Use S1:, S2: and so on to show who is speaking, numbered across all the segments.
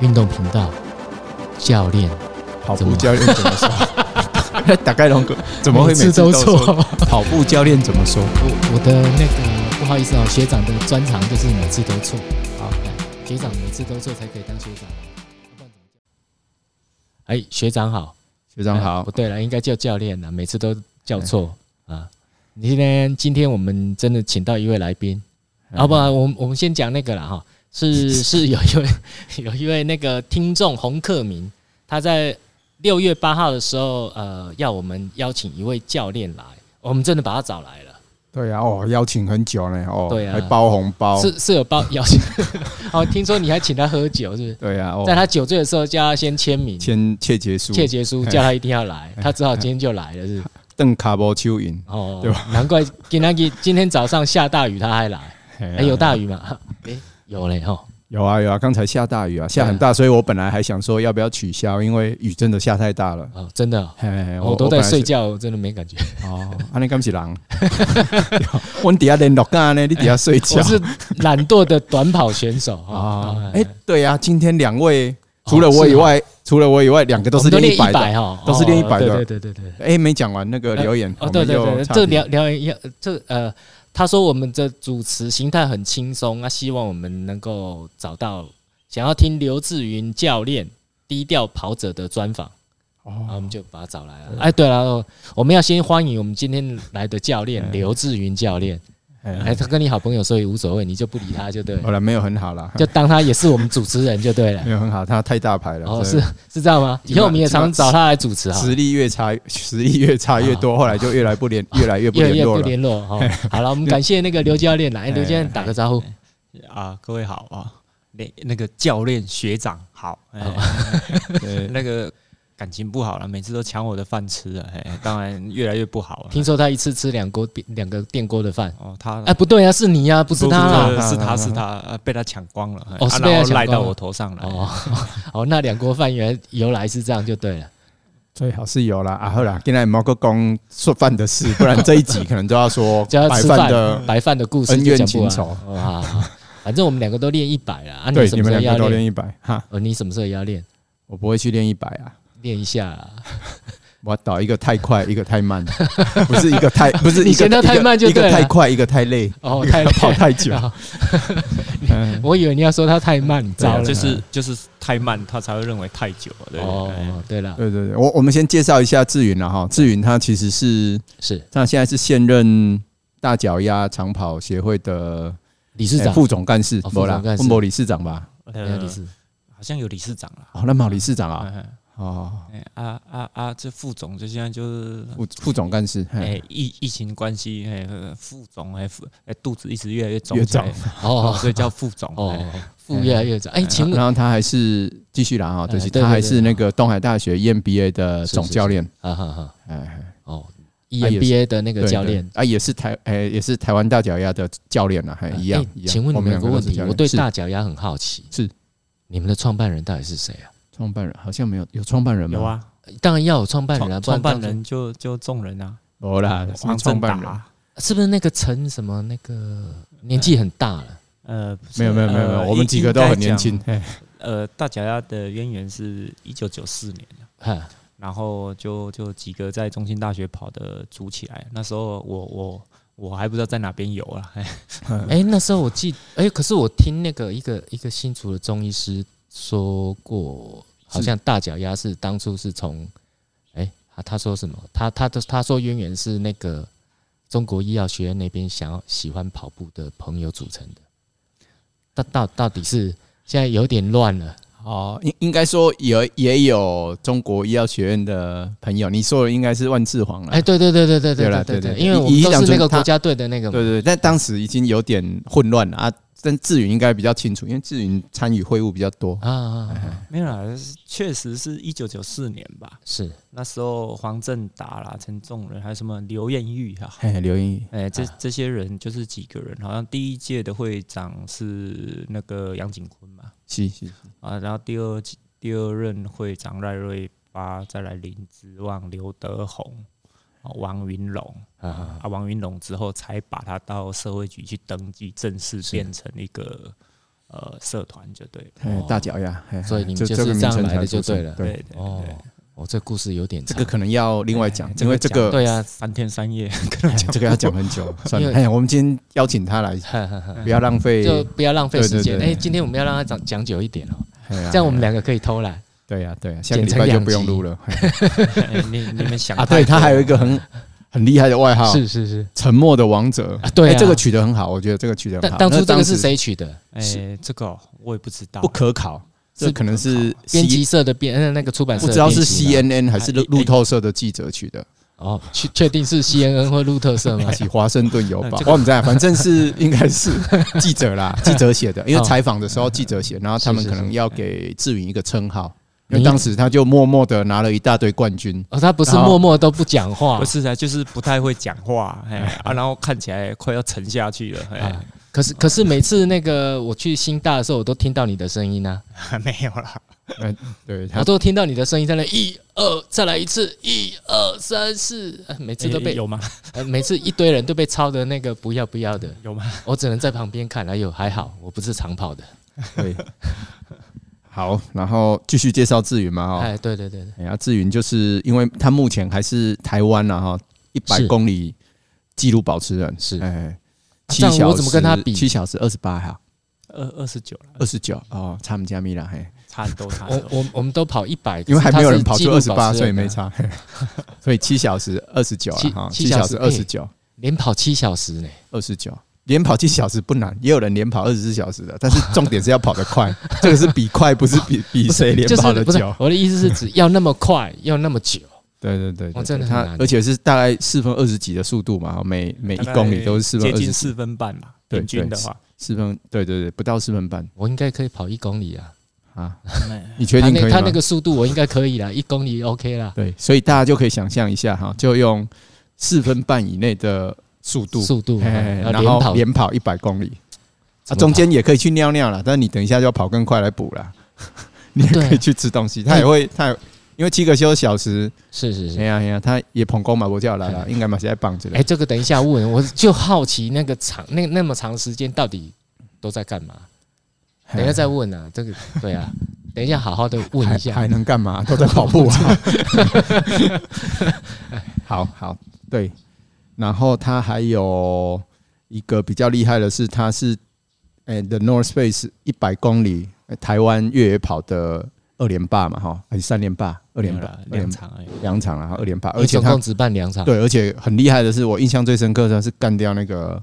S1: 运动频道教练，
S2: 跑
S1: 怎么
S2: 步教练怎么说？ 打开龙哥怎么会每
S1: 次
S2: 次
S1: 都
S2: 错？
S1: 错？
S2: 跑步教练怎么说？
S1: 我我的那个不好意思哦，学长的专长就是每次都错。好，来，学长每次都错才可以当学长哦。要不然怎么叫哎，学长好，
S2: 学长
S1: 哎
S2: 好哎
S1: 不，对了，应该叫教练了，每次都叫错啊。你今天今天我们真的请到一位来宾，
S2: 哎
S1: 啊不，我们我们先讲那个了哈， 是是有一位有一位那个听众洪克明，他在六月八号的时候，呃，要我们邀请一位教练来，我们真的把他找来了。
S2: 对啊，哦，邀请很久呢，哦，
S1: 对啊
S2: 还包红包，
S1: 是是有包邀请， 哦，听说你还请他喝酒，是不是？
S2: 对啊，哦
S1: 在，他酒醉的时候，叫他先签名，
S2: 签切结书，哎
S1: 切结书，
S2: 嘿
S1: 叫他一定要来，他只好今天就来了，是不是
S2: 邓卡波蚯蚓，
S1: 哦
S2: 对，
S1: 难怪今天今天早上下大雨他还来，
S2: 哎
S1: 哎，有大雨吗？哎，有嘞哈，
S2: 有啊有啊，刚才下大雨啊，下很大，所以我本来还想说要不要取消，因为雨真的下太大了。
S1: 哦，真的哦，
S2: 嘿，
S1: 我都在睡。觉，我真的没 感觉，
S2: 本来是哦，安尼敢是人？ 我底下联络干呢，你底下睡觉
S1: 我。是懒惰的短跑选手
S2: 啊
S1: 哦，，
S2: 哎，对啊，今天两位
S1: 哦
S2: 除了我以
S1: 是哦
S2: 外，除了我以外，两个都
S1: 我
S2: 是
S1: 们
S2: 练
S1: 练
S2: 一百的。
S1: 哈，
S2: 都是练
S1: 哦
S2: 100的
S1: 对对对对对。
S2: 哎，没讲完那个留言，
S1: 哦，对对
S2: 我们
S1: 对，对
S2: 就差
S1: 这
S2: 点
S1: 聊聊一下，这呃，他说我们的主持形态很轻松啊，希望我们能够找到想要听刘志云教练低调跑者的专访，啊，
S2: 哦，
S1: 我们就把他找来了。哎，对了，我们要先欢迎我们今天来的教练
S2: 嗯
S1: 刘志云教练，哎，
S2: 哎，
S1: 他跟你好朋友，所以无所谓，你就不理他就对了，
S2: 好了，没有很好了，
S1: 就当他也是我们主持人就对了
S2: 没。有很好，他太大牌了。
S1: 哦，
S2: 这
S1: 是是这样吗？以后我们也常找他来主持啊。
S2: 实力越差，实力越差越多，后来就越来不联，越来越不
S1: 越来
S2: 联
S1: 哦越
S2: 络
S1: 不
S2: 了。
S1: 联络哦。好了，我们感谢那个刘教练来，哎刘教练打个招呼。
S3: 啊，各位好啊，那那个教练学长好，哎、
S2: 对
S3: 那个感情不好了，每次都抢我的饭吃了，哎、当然越来越不好了。
S1: 听说他一次吃两锅两个电锅的饭，
S3: 哦，他
S1: 哎，不对啊，是你呀、不是他啦。
S3: 是
S2: 他
S3: 他
S2: 他
S3: 是他，呃被他抢光了，哎
S1: 哦
S3: 啊
S1: 是被他
S3: 然后
S1: 抢
S3: 赖到
S1: 光了
S3: 我头上哎来。
S1: 哦， 哦，那两锅饭原来由来是这样就对了。
S2: 最好是有啦啊，好啦，今天毛个公说饭的事，不然这一集可能就要说
S1: 就要
S2: 白
S1: 吃饭
S2: 的。
S1: 白饭的故事
S2: 恩
S1: 就
S2: 怨
S1: 讲不完。
S2: 情仇
S1: 哦好好好反正我们两个都练一百了啊，
S2: 对，
S1: 什
S2: 你
S1: 么
S2: 们
S1: 时候
S2: 两
S1: 要
S2: 个都练
S1: 练？
S2: 一百哈，
S1: 哦，你什么时候也要练？
S2: 我不会去练一百啊，
S1: 练一下 啦。
S2: 我倒一个太快，一个太慢， 不是一 个太不是
S1: 你
S2: 一个
S1: 嫌它太慢就
S2: 一个
S1: 对了
S2: 太快，一个太 累，
S1: 哦，
S2: 一个
S1: 太
S2: 跑太久。
S1: 好
S2: 嗯，
S1: 我以为你要说他太慢，你
S2: 啊
S1: 糟
S3: 对
S1: 了。
S3: 就是就是太慢，他才会认为太久了，对不对？哎
S1: 哦，对了，
S2: 对对对，我我们先介绍一下志云了哈，志云他其实是
S1: 是
S2: 他现在是现任大脚丫长跑协会的
S1: 理事
S2: 哎
S1: 长，
S2: 副总干事
S1: 哦，副
S2: 不啦
S1: 总干，事
S2: 莫理事长吧？
S1: 哎
S3: 呃
S1: 理事
S3: 好像有理事长了。
S2: 哦，那毛理事长啊，
S3: 哎
S1: 嗯
S2: 哦，
S3: 哎啊啊啊！这副总就现在就是
S2: 副副总干事，嘿
S3: 哎、疫疫情关系，哎、副总哎、副哎、肚子一直越来越肿，
S2: 越肿
S3: 哎
S1: 哦
S3: 所以叫副总。哎
S1: 哦，副越来越早。哎，请问
S2: 然后他还是继续啦哈，
S1: 哎
S2: 就是
S1: 对对
S2: 他还是那个东海大学 E EMBA 的总教练，
S1: 啊哈哈，
S2: 哎，
S1: 哦
S2: 啊也是
S1: ，EMBA 的那
S2: 对
S1: 个教练
S2: 对啊，也是台哎也是台湾大脚丫的教练了，还
S1: 啊
S2: 一样
S1: 哎
S2: 一样。
S1: 请问你
S2: 我
S1: 们有
S2: 两
S1: 个
S2: 都
S1: 问
S2: 是
S1: 题
S2: 教，练
S1: 我对
S2: 是
S1: 大脚丫很好奇，
S2: 是
S1: 你们的创办人到底是谁啊？
S2: 创办人好像没有有创办人吗？
S3: 有，啊，
S1: 当然要有创办人啊，
S3: 创
S1: 不然
S3: 创
S1: 到时
S3: 办
S1: 候
S3: 人就就众人啊，
S2: 有啦，什么
S3: 王
S2: 创
S3: 正
S2: 办人
S3: 达。
S1: 是不是那个陈什么那个年纪很大了？
S3: 呃，不是
S2: 没有没有没有没有，
S3: 呃
S2: 我们几个都很年轻
S3: 应该。讲
S2: 嘿
S3: 呃，大脚丫的渊源是一九九四年，
S2: 嗯
S1: 哈，
S3: 然后就就几个在中兴大学跑的组起来。那时候我我我还不知道在哪边游啊，哎
S1: 哎，那时候我记，哎，可是我听那个一个一个新竹的中医师说过，好像大脚丫是当初是从，哎，他他说什么？他他的他说渊源是那个中国医药学院那边想要喜欢跑步的朋友组成的，到到到底是现在有点乱了。
S2: 哦，应应该说也也有中国医药学院的朋友，你说的应该是万志煌了。
S1: 哎，对对对对对
S2: 嗯对啦
S1: 对对
S2: 对对
S1: 因为我
S2: 以
S1: 们
S2: 以
S1: 都
S2: 两
S1: 是那个
S2: 种他
S1: 国家队的那个嘛，
S2: 对对，但当时已经有点混乱了啊。但志云应该比较清楚，因为志云参与会务比较多。
S1: 啊啊，啊啊
S3: 没有啦，是确实是一九九四年吧。
S2: 啊
S1: 是
S3: 那时候黄正达啦、陈仲仁还有什么刘艳啊玉哈、
S2: 嘿，刘英宇，
S3: 哎、这这些人就是几个人，好像第一届的会长是那个杨景坤嘛，
S2: 是是，是
S3: 啊，然后第二届第二任会长赖瑞发，再来林之旺、刘德宏、啊王云龙
S1: 啊啊啊
S3: 啊，王云龙之后才把他到社会局去登记，正式变成一个呃社团就对了。
S2: 哎大脚丫，哎
S1: 哦所以你们
S2: 就
S1: 就是
S2: 这个名
S1: 这样
S2: 称
S1: 来的
S2: 才
S1: 就
S2: 出现
S1: 对了
S2: 对，
S3: 对对
S1: 哦
S3: 对，
S1: 哦，这故事有点
S2: 这
S1: 长
S2: 个，可能要另外
S1: 哎
S2: 讲，因为这
S3: 这个
S2: 个
S1: 对啊，
S3: 三天三 夜，
S2: 哎 这个要讲 很久，算了。
S1: 因为
S2: 哎，我们今天邀请他来，
S1: 哈哈哈
S2: 不要浪费，
S1: 就不要浪费
S2: 对
S1: 时
S2: 对
S1: 间。
S2: 对
S1: 哎，今天我们要让他讲讲久一点哦，
S2: 哎呀
S1: 这样我们两个可以偷懒。
S2: 对呀对呀，下个礼
S1: 剪成
S2: 拜就
S1: 两
S2: 不用
S1: 集
S2: 录了。嘿
S3: 哎你你们想
S2: 啊，对他还有一个很很厉害的外号，
S1: 是是是，
S2: 沉默的王者
S1: 啊对啊
S2: 哎这个取得很好，我觉得这个取得很
S1: 但
S2: 好。
S1: 当初
S2: 那
S1: 这个是
S2: 时
S1: 谁取的？
S3: 哎、这个哦我也不知道，
S2: 不可考，这
S1: 是
S2: 可能是
S1: 编
S2: C-
S1: 辑社的编，呃那个出版社
S2: 不
S1: 的
S2: 知道是
S1: 编辑吧
S2: CNN 还是路路透社的记者取的，
S1: 哦，确确定是 CNN 或路特社吗
S2: 还？是华盛顿 邮
S3: 嗯
S2: 报
S3: 这？个
S2: 我们在，反正是应该是记者啦，记者写的，因为采访的时候记者写，然后他们
S1: 嗯是
S2: 可
S1: 是
S2: 能要给志云一个称号，
S1: 你
S2: 因为当时他就默默的拿了一大堆冠军，
S1: 哦，他不是默默都不讲话
S3: 不，是啊，就是不太会讲话，哎、啊，然后看起来快要沉下去了，哎
S1: 啊、可是可是每次那个我去新大的时候，我都听到你的声音呢、
S3: 没有啦，
S2: 对他
S1: 我都听到你的声音在那一二再来一次，一二三四，呃每次都
S3: 哎
S1: 被、
S3: 有吗？
S1: 呃每次一堆人都被抄的那个不要不要的，
S3: 有吗？
S1: 我只能在旁边看。哎呦，还好我不是长跑的。
S2: 对。好，然后继续介绍志云嘛哈，
S1: 哎，对对对对，
S2: 哎呀，志云就是因为他目前还是台湾了哈，一百
S1: 是
S2: 公里纪录保持人
S1: 是啊
S2: 哎，七
S1: 这样
S2: 小时
S1: 我怎么跟他比
S2: 七小时二十八哈，
S3: 二二十九了，
S2: 二十九哦，差我们加米了嘿，
S3: 差很多，差很
S1: 我
S2: 哦
S3: 多。
S1: 我我们都跑一百，
S2: 因为还没有人跑
S1: 可是
S2: 出
S1: 他
S2: 二
S1: 是纪
S2: 十
S1: 录
S2: 八，
S1: 保持
S2: 所以
S1: 人啊
S2: 没。差， 嘿所以七小时二十九了
S1: 七
S2: 哈，
S1: 七
S2: 七小时
S1: 小
S2: 二
S1: 时哎
S2: 十九，
S1: 连跑七小时呢，
S2: 二十九。连跑七小时不难，也有人连跑二十四小时的，但是重点是要跑得快， 这个是比快，不是比 比谁连
S1: 就是
S2: 跑得
S1: 哦不是
S2: 久。
S1: 我的意思是指要那么快，要那么久，
S2: 对对对
S1: 哦
S2: 对，
S1: 真的很
S2: 他
S1: 难
S2: 而且是大概四分二十几的速度嘛，每每一
S3: 大概
S2: 公里都是四分
S3: 哎接
S2: 二十
S3: 近四分半吧，
S2: 对
S3: 平均
S2: 对
S3: 的话，
S2: 四分，对对对，不到四分半
S1: 我应该可以跑一公里啊。
S2: 啊！
S3: 哎
S2: 你确
S1: 他
S2: 定可以
S1: 那
S2: 吗？
S1: 他那个速度我应该可以啦，一公里 OK 啦。
S2: 对，所以大家就可以想象一下哈，就用四分半以内的速度，
S1: 速度，
S2: 嘿嘿嘿
S1: 然
S2: 然
S1: 后
S2: 后
S1: 跑，
S2: 连跑一百公里，啊，
S1: 怎么跑
S2: 中间也可以去尿尿了，但你等一下就要跑更快来补啦。 你也
S1: 对啊
S2: 可以去吃东西，他也会他也。因为七个休小时，
S1: 是是
S2: 哎
S1: 是。
S2: 呀哎呀，他也捧工嘛，我叫来了，应该嘛是在棒之类
S1: 哎，。这个等一下问，我就好奇那个长那那么长时间到底都在干嘛？ 等一下再问啊，这个对 啊，等一下好好的问一
S2: 还还
S1: 下。
S2: 能干嘛？都在跑步 啊。好好，对。然后他还有一个比较厉害的是，他是诶、The North Face 一百公里、呃台湾越野跑的二连霸嘛，哈，还是三连霸？二连
S3: 没有
S2: 霸
S3: 啦，
S2: 二连
S3: 两 场而已。
S2: 两场啊，二连霸，而
S1: 你
S2: 且
S1: 总
S2: 他
S1: 共只办两场，
S2: 对，而且很厉害的是，我印象最深刻的是干掉那个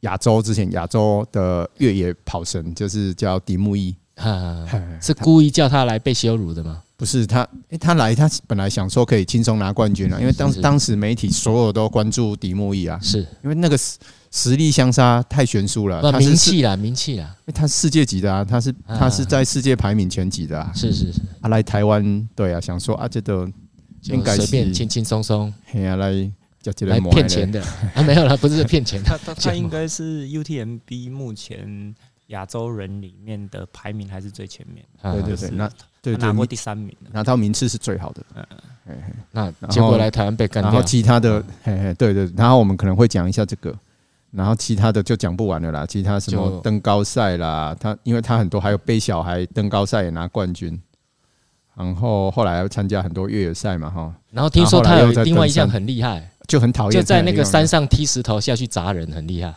S2: 亚洲之前亚洲的越野跑神，就是叫迪木伊，
S1: 啊，是故意叫他来被羞辱的吗？
S2: 不是他，诶他来，他本来想说可以轻松拿冠军了、啊因为当
S1: 是是
S2: 当时媒体所有都关注迪木易啊，
S1: 是，
S2: 因为那个实实力相差太悬殊了。啊
S1: 不
S2: 他
S1: 名
S2: 是世，因
S1: 气啦，名气啦，
S2: 为他是世界级的啊，他是
S1: 啊
S2: 他是在世界排名前几的啊。
S1: 是是是，
S2: 他来台湾，对啊，想说啊，这个
S1: 就
S2: 应该
S1: 随便
S2: 是
S1: 轻轻松松
S2: 嘿啊来叫这个
S1: 来
S2: 摸
S1: 骗
S2: 的
S1: 钱的啊，没有啦，不是骗钱的，
S3: 他他他应该是 UTMB 目前亚洲人里面的排名还是最前面，
S1: 啊
S2: 对对
S3: 就是
S2: 对，那对
S3: 他拿过
S2: 对
S3: 第三名的。
S2: 拿到名次是最好的。
S1: 那
S2: 后
S1: 结果来台湾被干
S2: 然
S1: 掉嗯
S2: 后，其他的，嘿嘿，对对，然后我们可能会讲一下这个，然后其他的就讲不完了啦，其他什么
S1: 就
S2: 登高赛啦，他因为他很多还有背小孩登高赛也拿冠军，然后后来还参加很多越野赛嘛，哈，
S1: 然后听说他
S2: 然后后来
S1: 有
S2: 又在
S1: 另外一
S2: 登
S1: 项
S2: 山哦
S1: 很厉害，
S2: 就很讨厌
S1: 就在那个山
S2: 山，
S1: 上踢石头下去砸人，很厉害。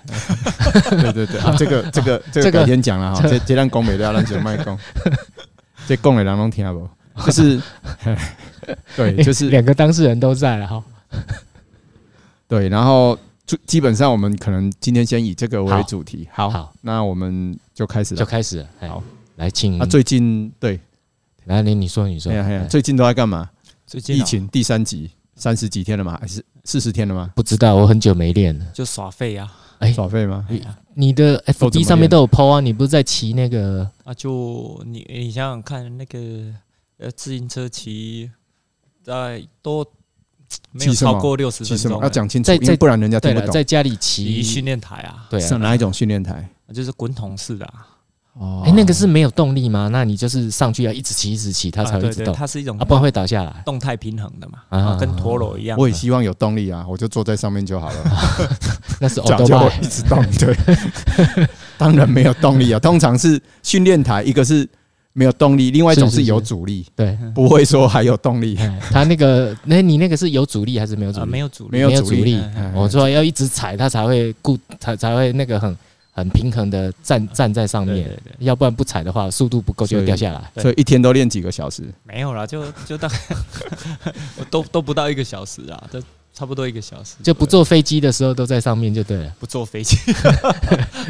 S2: 对对对，啊，这个这个这
S1: 这
S2: 个
S1: 个
S2: 改天讲了哈，这这段讲没了，让姐卖讲，这讲的人拢听不， 就是，嘿对，哎就是
S1: 两个当事人都在了哈。
S2: 对，然后就基本上我们可能今天先以这个
S1: 好
S2: 为主题，好，
S1: 好，
S2: 那我们就开始了
S1: 就。开始了。哎
S2: 好，
S1: 来请
S2: 啊，最近对，
S1: 来你你说你说
S2: 哎，呀哎呀
S1: 哎，
S2: 最近都在干嘛？
S3: 最近啊
S2: 疫情第三集，三十几天了吗？还是四十天了吗？
S1: 不知道我很久没练了。
S3: 就耍废啊
S1: 哎，
S2: 耍废吗？
S1: 你的
S2: 都怎
S1: FB
S2: 么
S1: 上面
S2: 练
S1: 都有 PO 啊，你不是在骑那个
S3: 啊！就你你想想看，那个呃自行车骑在多没有
S2: 骑什么
S3: 超过六十
S2: 其
S3: 分
S2: 实
S3: 钟
S2: 要，讲清楚，
S1: 在
S2: 因为
S1: 在
S2: 不然人家
S1: 对
S2: 听不
S1: 了，
S2: 懂
S1: 在。家里
S3: 骑
S1: 骑
S3: 训练台啊，
S1: 对
S2: 是
S1: 啊。
S2: 哪一种训练台？
S3: 就是滚筒式的啊，
S2: 哦
S1: 哎，那个是没有动力吗？那你就是上去要一直骑一直骑，它
S3: 啊
S1: 才会一
S3: 对
S1: 直
S3: 对，
S1: 动，
S3: 它是一种
S1: 啊，不然会倒下 来。
S3: 动态平衡的嘛，
S1: 啊
S3: 啊，跟陀螺一样。
S2: 我也希望有动力啊，我就坐在上面就好了，
S1: 那是欧
S2: 脚
S1: 多
S2: 就
S1: 拜
S2: 会一直动。对，当然没有动力啊。通常是训练台，一个是没有动力，另外一种
S1: 是是
S2: 是有
S1: 是
S2: 阻力，
S1: 对，
S2: 不会说还有动力。
S1: 哎他那个，那你那个是有阻力还是没有阻
S3: 啊，
S1: 力？
S3: 没有阻力，
S2: 没有阻
S1: 力
S3: 嗯
S2: 哎
S1: 我说要一直踩，它才会固，才才会那个很很平衡的
S2: 啊
S1: 站站在上
S3: 对
S1: 面
S3: 对。对，
S1: 要不然不踩的话，速度不够就会掉下来。
S2: 所以一天都练几个小时，
S3: 没有啦，就就大概我都都不到一个小时啊，这差不多一个小时，
S1: 就不坐飞机的时候都在上面就对了。
S3: 不坐飞机，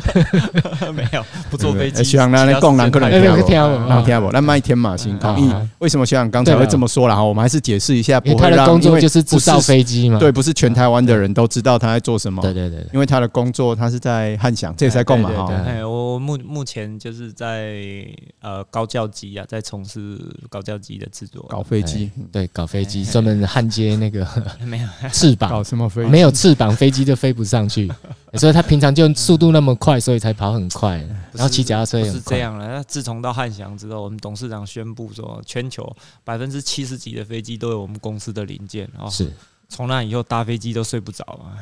S3: 没有不坐飞机，
S2: 哎学长那那
S3: 共
S2: 共人可能
S1: 哎那个
S2: 听哦
S1: 听不
S2: 不懂，那听不懂，那卖天马行空。因
S1: 啊
S2: 为什么学长刚才会这么说啦？哈我们还是解释一下，
S1: 因为
S2: 不会
S1: 他的
S2: 让
S1: 工
S2: 因
S1: 作
S2: 为
S1: 就是制造
S2: 不是
S1: 飞机嘛。
S2: 对，不是全台湾的人都知道他在做什么。
S1: 对对对对
S2: 因为他的工作他是在汉翔，这也是在
S3: 哎
S2: 购嘛
S3: 对对对
S2: 哈。
S3: 哎，我我目目前就是在呃高教机啊，在从事高教机的制作，
S2: 搞飞机，
S1: 对，搞飞机
S3: 哎
S1: 专门焊接那个
S3: 没有
S1: 翅
S2: 搞
S1: 膀，
S2: 什么飞机？
S1: 没有翅膀飞机就飞不上 去。所以他平常就速度那么快，所以才跑很快，然后骑脚踏车也
S3: 不是
S1: 很
S3: 这
S1: 快。
S3: 样了。那自从到汉翔之后，我们董事长宣布说，全球百分之七十几的飞机都有我们公司的零件哦。
S1: 是
S3: 从那以后搭飞机都睡不着啊。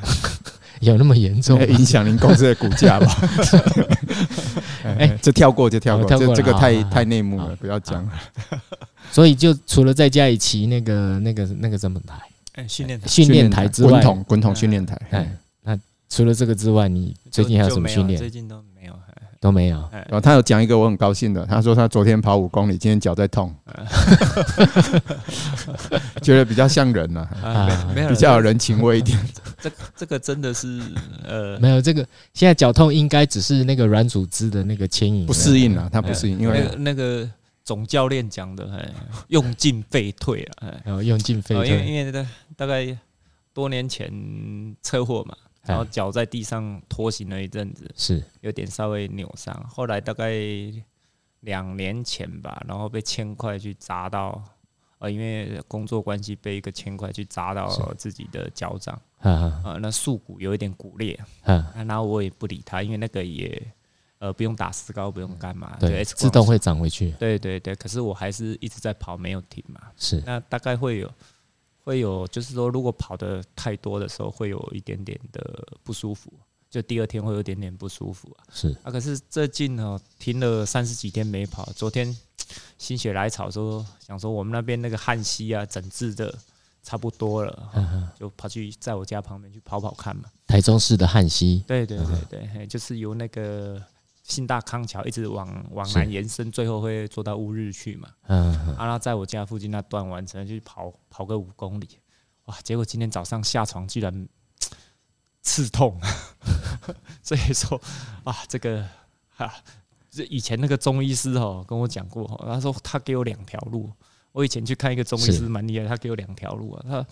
S1: 有那么严重
S2: 哎
S1: 吗？
S2: 影响您公司的股 价吧？哎，这跳过就跳
S1: 哦
S2: 过，
S1: 跳过
S2: 这
S1: 了
S2: 这个
S1: 好
S2: 太
S1: 好好
S2: 太内幕了
S1: 好，
S2: 不要讲。
S1: 所以就除了在家里骑那个那个那个什么台
S3: 哎，训练台
S1: 训练台之
S2: 滚
S1: 外，
S2: 筒滚筒训练台，
S1: 哎，那除了这个之外，你最近还有
S3: 就
S1: 什么
S3: 就没
S1: 训
S3: 最
S1: 练
S3: 近都没有。哎
S1: 都没有？
S2: 然后他有讲一个我很高兴的，他说他昨天跑五公里，今天脚在 痛，觉得比较像人了、
S1: 啊
S3: 啊，没没有
S2: 比
S3: 了
S2: 较有人情味一 点。
S3: 这这个真的是呃
S1: 没有这个，现在脚痛应该只是那个软组织的那个牵引，
S2: 不适
S3: 啊
S2: 应啊了，他不适应，因
S3: 那
S2: 为
S3: 个那个总教练讲的，哎，用进废退啊，哎，
S1: 然后用尽废
S3: 哦因为
S1: 退，
S3: 因为大大概多年前车祸嘛，然后
S1: 哎
S3: 脚在地上拖行了一阵子，
S1: 是
S3: 有点稍微扭伤，后来大概两年前吧，然后被铅块去砸到，呃，因为工作关系被一个铅块去砸到
S1: 是
S3: 自己的脚掌，
S1: 啊
S3: 啊，那束骨有一点骨裂，
S1: 啊，
S3: 啊然后我也不理他，因为那个也呃不用打石膏，不用干嘛，就
S1: 对，
S3: X
S1: 自
S3: 光
S1: 动会长回去，
S3: 对对对，可是我还是一直在跑，没有停嘛。
S1: 是
S3: 那大概会有会有，就是说如果跑的太多的时候，会有一点点的不舒服，就第二天会有一点点不舒服啊。
S1: 是
S3: 啊可是最近哦，停了三十几天没跑，昨天心血来潮说想说我们那边那个汉溪啊，整治的差不多了，
S1: 啊啊
S3: 就跑去在我家旁边去跑跑看嘛。
S1: 台中市的汉溪，
S3: 对对对对，嘿就是由那个信大康桥一直往往
S1: 是
S3: 南延伸，最后会做到乌日去嘛。
S1: 嗯，
S3: 啊，那在我家附近那段完成，就跑跑个五公里，哇！结果今天早上下床居然刺痛， 所以说啊，这个哈、这以前那个中医师哦跟我讲过哦，他说他给我两条路，我以前去看一个中医
S1: 是
S3: 师蛮厉害，他给我两条路啊，他。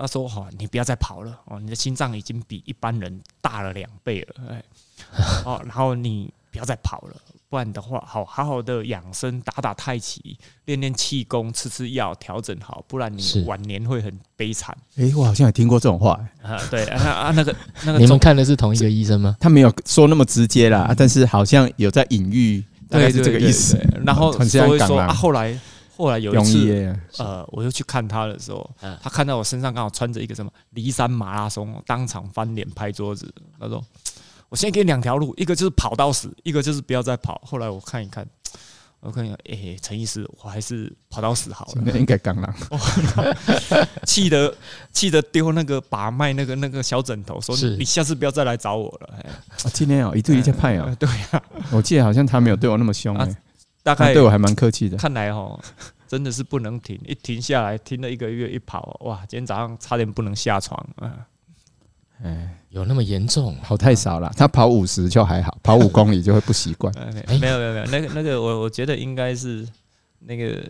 S3: 他说：“哈、你不要再跑了哦，你的心脏已经比一般人大了两倍了，哎，哦，然后你不要再跑了，不然的话，好好好的养生，打打太极，练练气功，吃吃药，调整好，不然
S1: 是
S3: 你晚年会很悲惨
S2: 诶，我好像也听过这种话、
S3: 啊。对啊啊，那个那个
S1: 你们
S3: 中
S1: 看的是同一个医生吗？
S2: 他没有说那么直接啦，啊但是好像有在隐喻，大概
S3: 对
S2: 是这
S3: 对
S2: 个意思
S3: 对。对然后
S2: 很像
S3: 所以
S2: 港
S3: 说
S2: 狼
S3: 啊，后来后来有一
S2: 容易
S3: 次，
S2: 耶，
S3: 呃，我又去看他的时候
S1: 嗯，
S3: 他看到我身上刚好穿着一个什么骊山马拉松，当场翻脸拍桌子，他说：“我现在给你两条路，一个就是跑到死，一个就是不要再跑。”后来我看一看。我看一看，哎、陈医师，我还是跑到死好 了。
S2: 那应该港狼。
S3: 气得气得丢那个把脉那个那个小枕头，说
S1: 是
S3: 你你下次不要再来找我了。哎
S2: 哦今天哦，一对一在派
S3: 呃
S2: 哦，
S3: 对啊，
S2: 我记得好像他没有对我那么凶、
S3: 啊
S2: 诶
S3: 大概
S2: 他对我还蛮客气的。
S3: 看来哦，真的是不能停，一停下来停了一个月，一跑哇，今天早上差点不能下床啊。
S2: 哎，
S1: 有那么严重？
S2: 跑太少了，他跑五十就还好，跑五公里就会不习惯。
S3: 哎
S1: 哎
S3: 没有没有没有，那个那个我我觉得应该是那个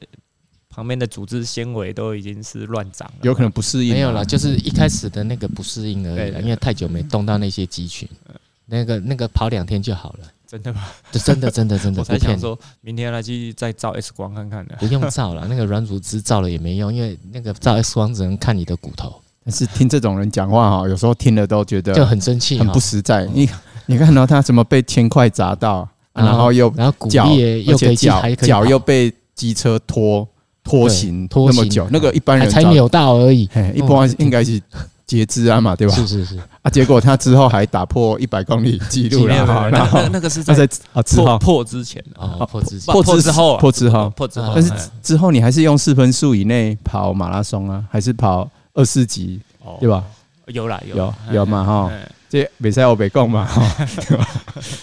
S3: 旁边的组织纤维都已经是乱长了，
S2: 有可能不适应啊、
S1: 没有啦，就是一开始的那个不适应而已
S3: 对
S1: 啦，
S3: 对
S1: 因为太久没动到那些肌群，
S2: 嗯
S1: 那个那个跑两天就好了，
S3: 真的吗？
S1: 这 真的真的 真的
S3: 我
S1: 不
S3: 才
S1: 骗
S3: 想
S1: 你。
S3: 说明天来去再照 X 光看看呢。
S1: 不用照了，那个软组织照了也没用，因为那个照 X 光只能看你的骨头，
S2: 但是听这种人讲话哈，有时候听了都觉得
S1: 就很哦生气啊
S2: 啊很
S1: 哈
S2: 不。实在。你你看到他怎么被铅块砸到，啊
S1: 然后
S2: 然后又
S1: 然后骨
S2: 脚
S1: 裂又
S2: 而
S1: 可
S2: 且
S1: 以进
S2: 脚
S1: 还可以
S2: 脚
S1: 跑
S2: 又被机车拖拖行
S1: 拖
S2: 那么
S1: 行嗯
S2: 久，那个一般
S1: 还
S2: 人
S1: 才
S2: 早
S1: 扭到而已，
S2: 嘿，一般应该是截肢啊嘛，对吧？
S1: 哦是是是，
S2: 啊，结果他之后还打破一百公里纪录
S4: 没有
S2: 了
S4: 没有没
S2: 哈，
S4: 有
S2: 然后
S4: 那那个是
S2: 他
S4: 在
S2: 在啊之
S4: 破
S2: 后
S4: 破之前啊，
S1: 哦， 破之前
S4: 破破之后啊
S2: 破之
S3: 哦
S2: 后哦
S4: 破之后，
S1: 啊
S2: 但是
S4: 哎
S2: 之后你还是用四分速以内跑马拉松啊，还是跑二四级
S3: 哦
S2: 对吧？
S3: 有啦有
S2: 有
S3: 啦
S2: 有嘛哈，
S3: 嗯
S2: 这北赛欧北贡嘛哈，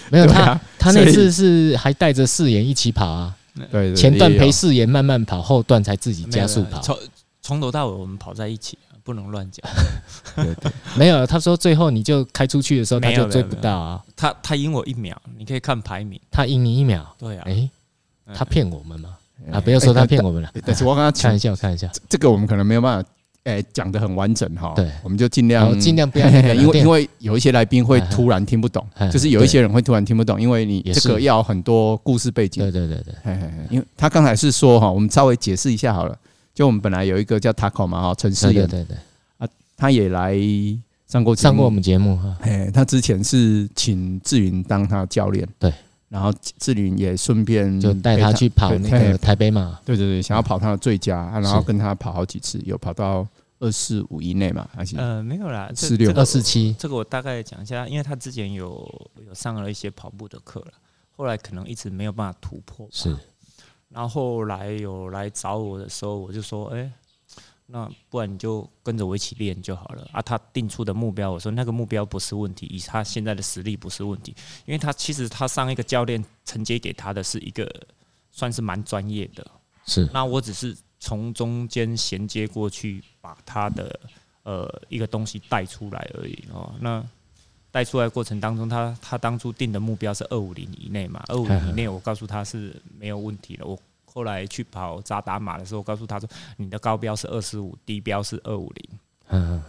S1: 没有
S2: 对
S1: 他
S2: 啊，
S1: 他那
S2: 所
S1: 次是还带着誓言一起跑啊，
S2: 对，对
S1: 前段
S2: 也有
S1: 陪誓言慢慢跑，后段才自己
S3: 没有
S1: 加速
S3: 没有
S1: 跑。
S3: 从从头到尾我们跑在一起，啊不能乱讲。
S1: 没有，他说最后你就开出去的时候，他
S3: 啊没有
S1: 就追
S3: 没有
S1: 不到啊，
S3: 他他赢我一秒，你可以看排名。
S1: 他赢你一秒。
S3: 对啊，
S1: 诶，
S3: 嗯
S1: 他骗我们吗？
S2: 哎
S1: 啊，不要说他骗我们了，
S2: 但是我跟他
S1: 看
S2: 讲
S1: 一下，我看一下，
S2: 这个我们可能没有办法。哎，讲的很完整哈，
S1: 对
S2: 我们就尽
S1: 然后
S2: 量
S1: 尽量不要那个
S2: 因为
S1: 对
S2: 因为有一些来宾会
S1: 哎哎
S2: 突然听不懂
S1: 哎，
S2: 就是有一些人会突然听不懂，因为你
S1: 也
S2: 这个
S1: 是
S2: 要很多故事背景
S1: 对，对对对，
S2: 嘿嘿嘿因为他刚才是说哈，我们稍微解释一下好了。就我们本来有一个叫 Taco 嘛哈，陈思
S1: 对对
S2: 远，
S1: 对对，
S2: 他也来上过节
S1: 上过我
S2: 目。
S1: 们节目哈，
S2: 嘿，他之前是请志云当他教练，
S1: 对，
S2: 然后志云也顺便
S1: 就带
S2: 陪
S1: 他去跑
S2: 嗯陪
S1: 那
S2: 陪
S1: 个台北马，
S2: 对对对，想要跑他的最佳，啊然后
S1: 嗯是
S2: 跟他跑好几次，有跑到二四五以内嘛，还是
S3: 呃，没有啦，这
S2: 46
S3: 这个
S1: 二四七，
S3: 这个我大概讲一下，因为他之前有有上了一些跑步的课了，后来可能一直没有办法突破吧。
S1: 是
S3: 然后后来有来找我的时候，我就说，哎、那不然你就跟着我一起练就好了啊。他定出的目标，我说那个目标不是问题，以他现在的实力不是问题，因为他其实他上一个教练承接给他的是一个算是蛮专业的，
S1: 是
S3: 那我只是从中间衔接过去，把他的呃一个东西带出来而已哦。那带出来过程当中，他他当初定的目标是二五零以内嘛，二五零以内我告诉他是没有问题的。我后来去跑扎达马的时候，我告诉他说你的高标是二十五，低标是二五零。
S1: 嗯，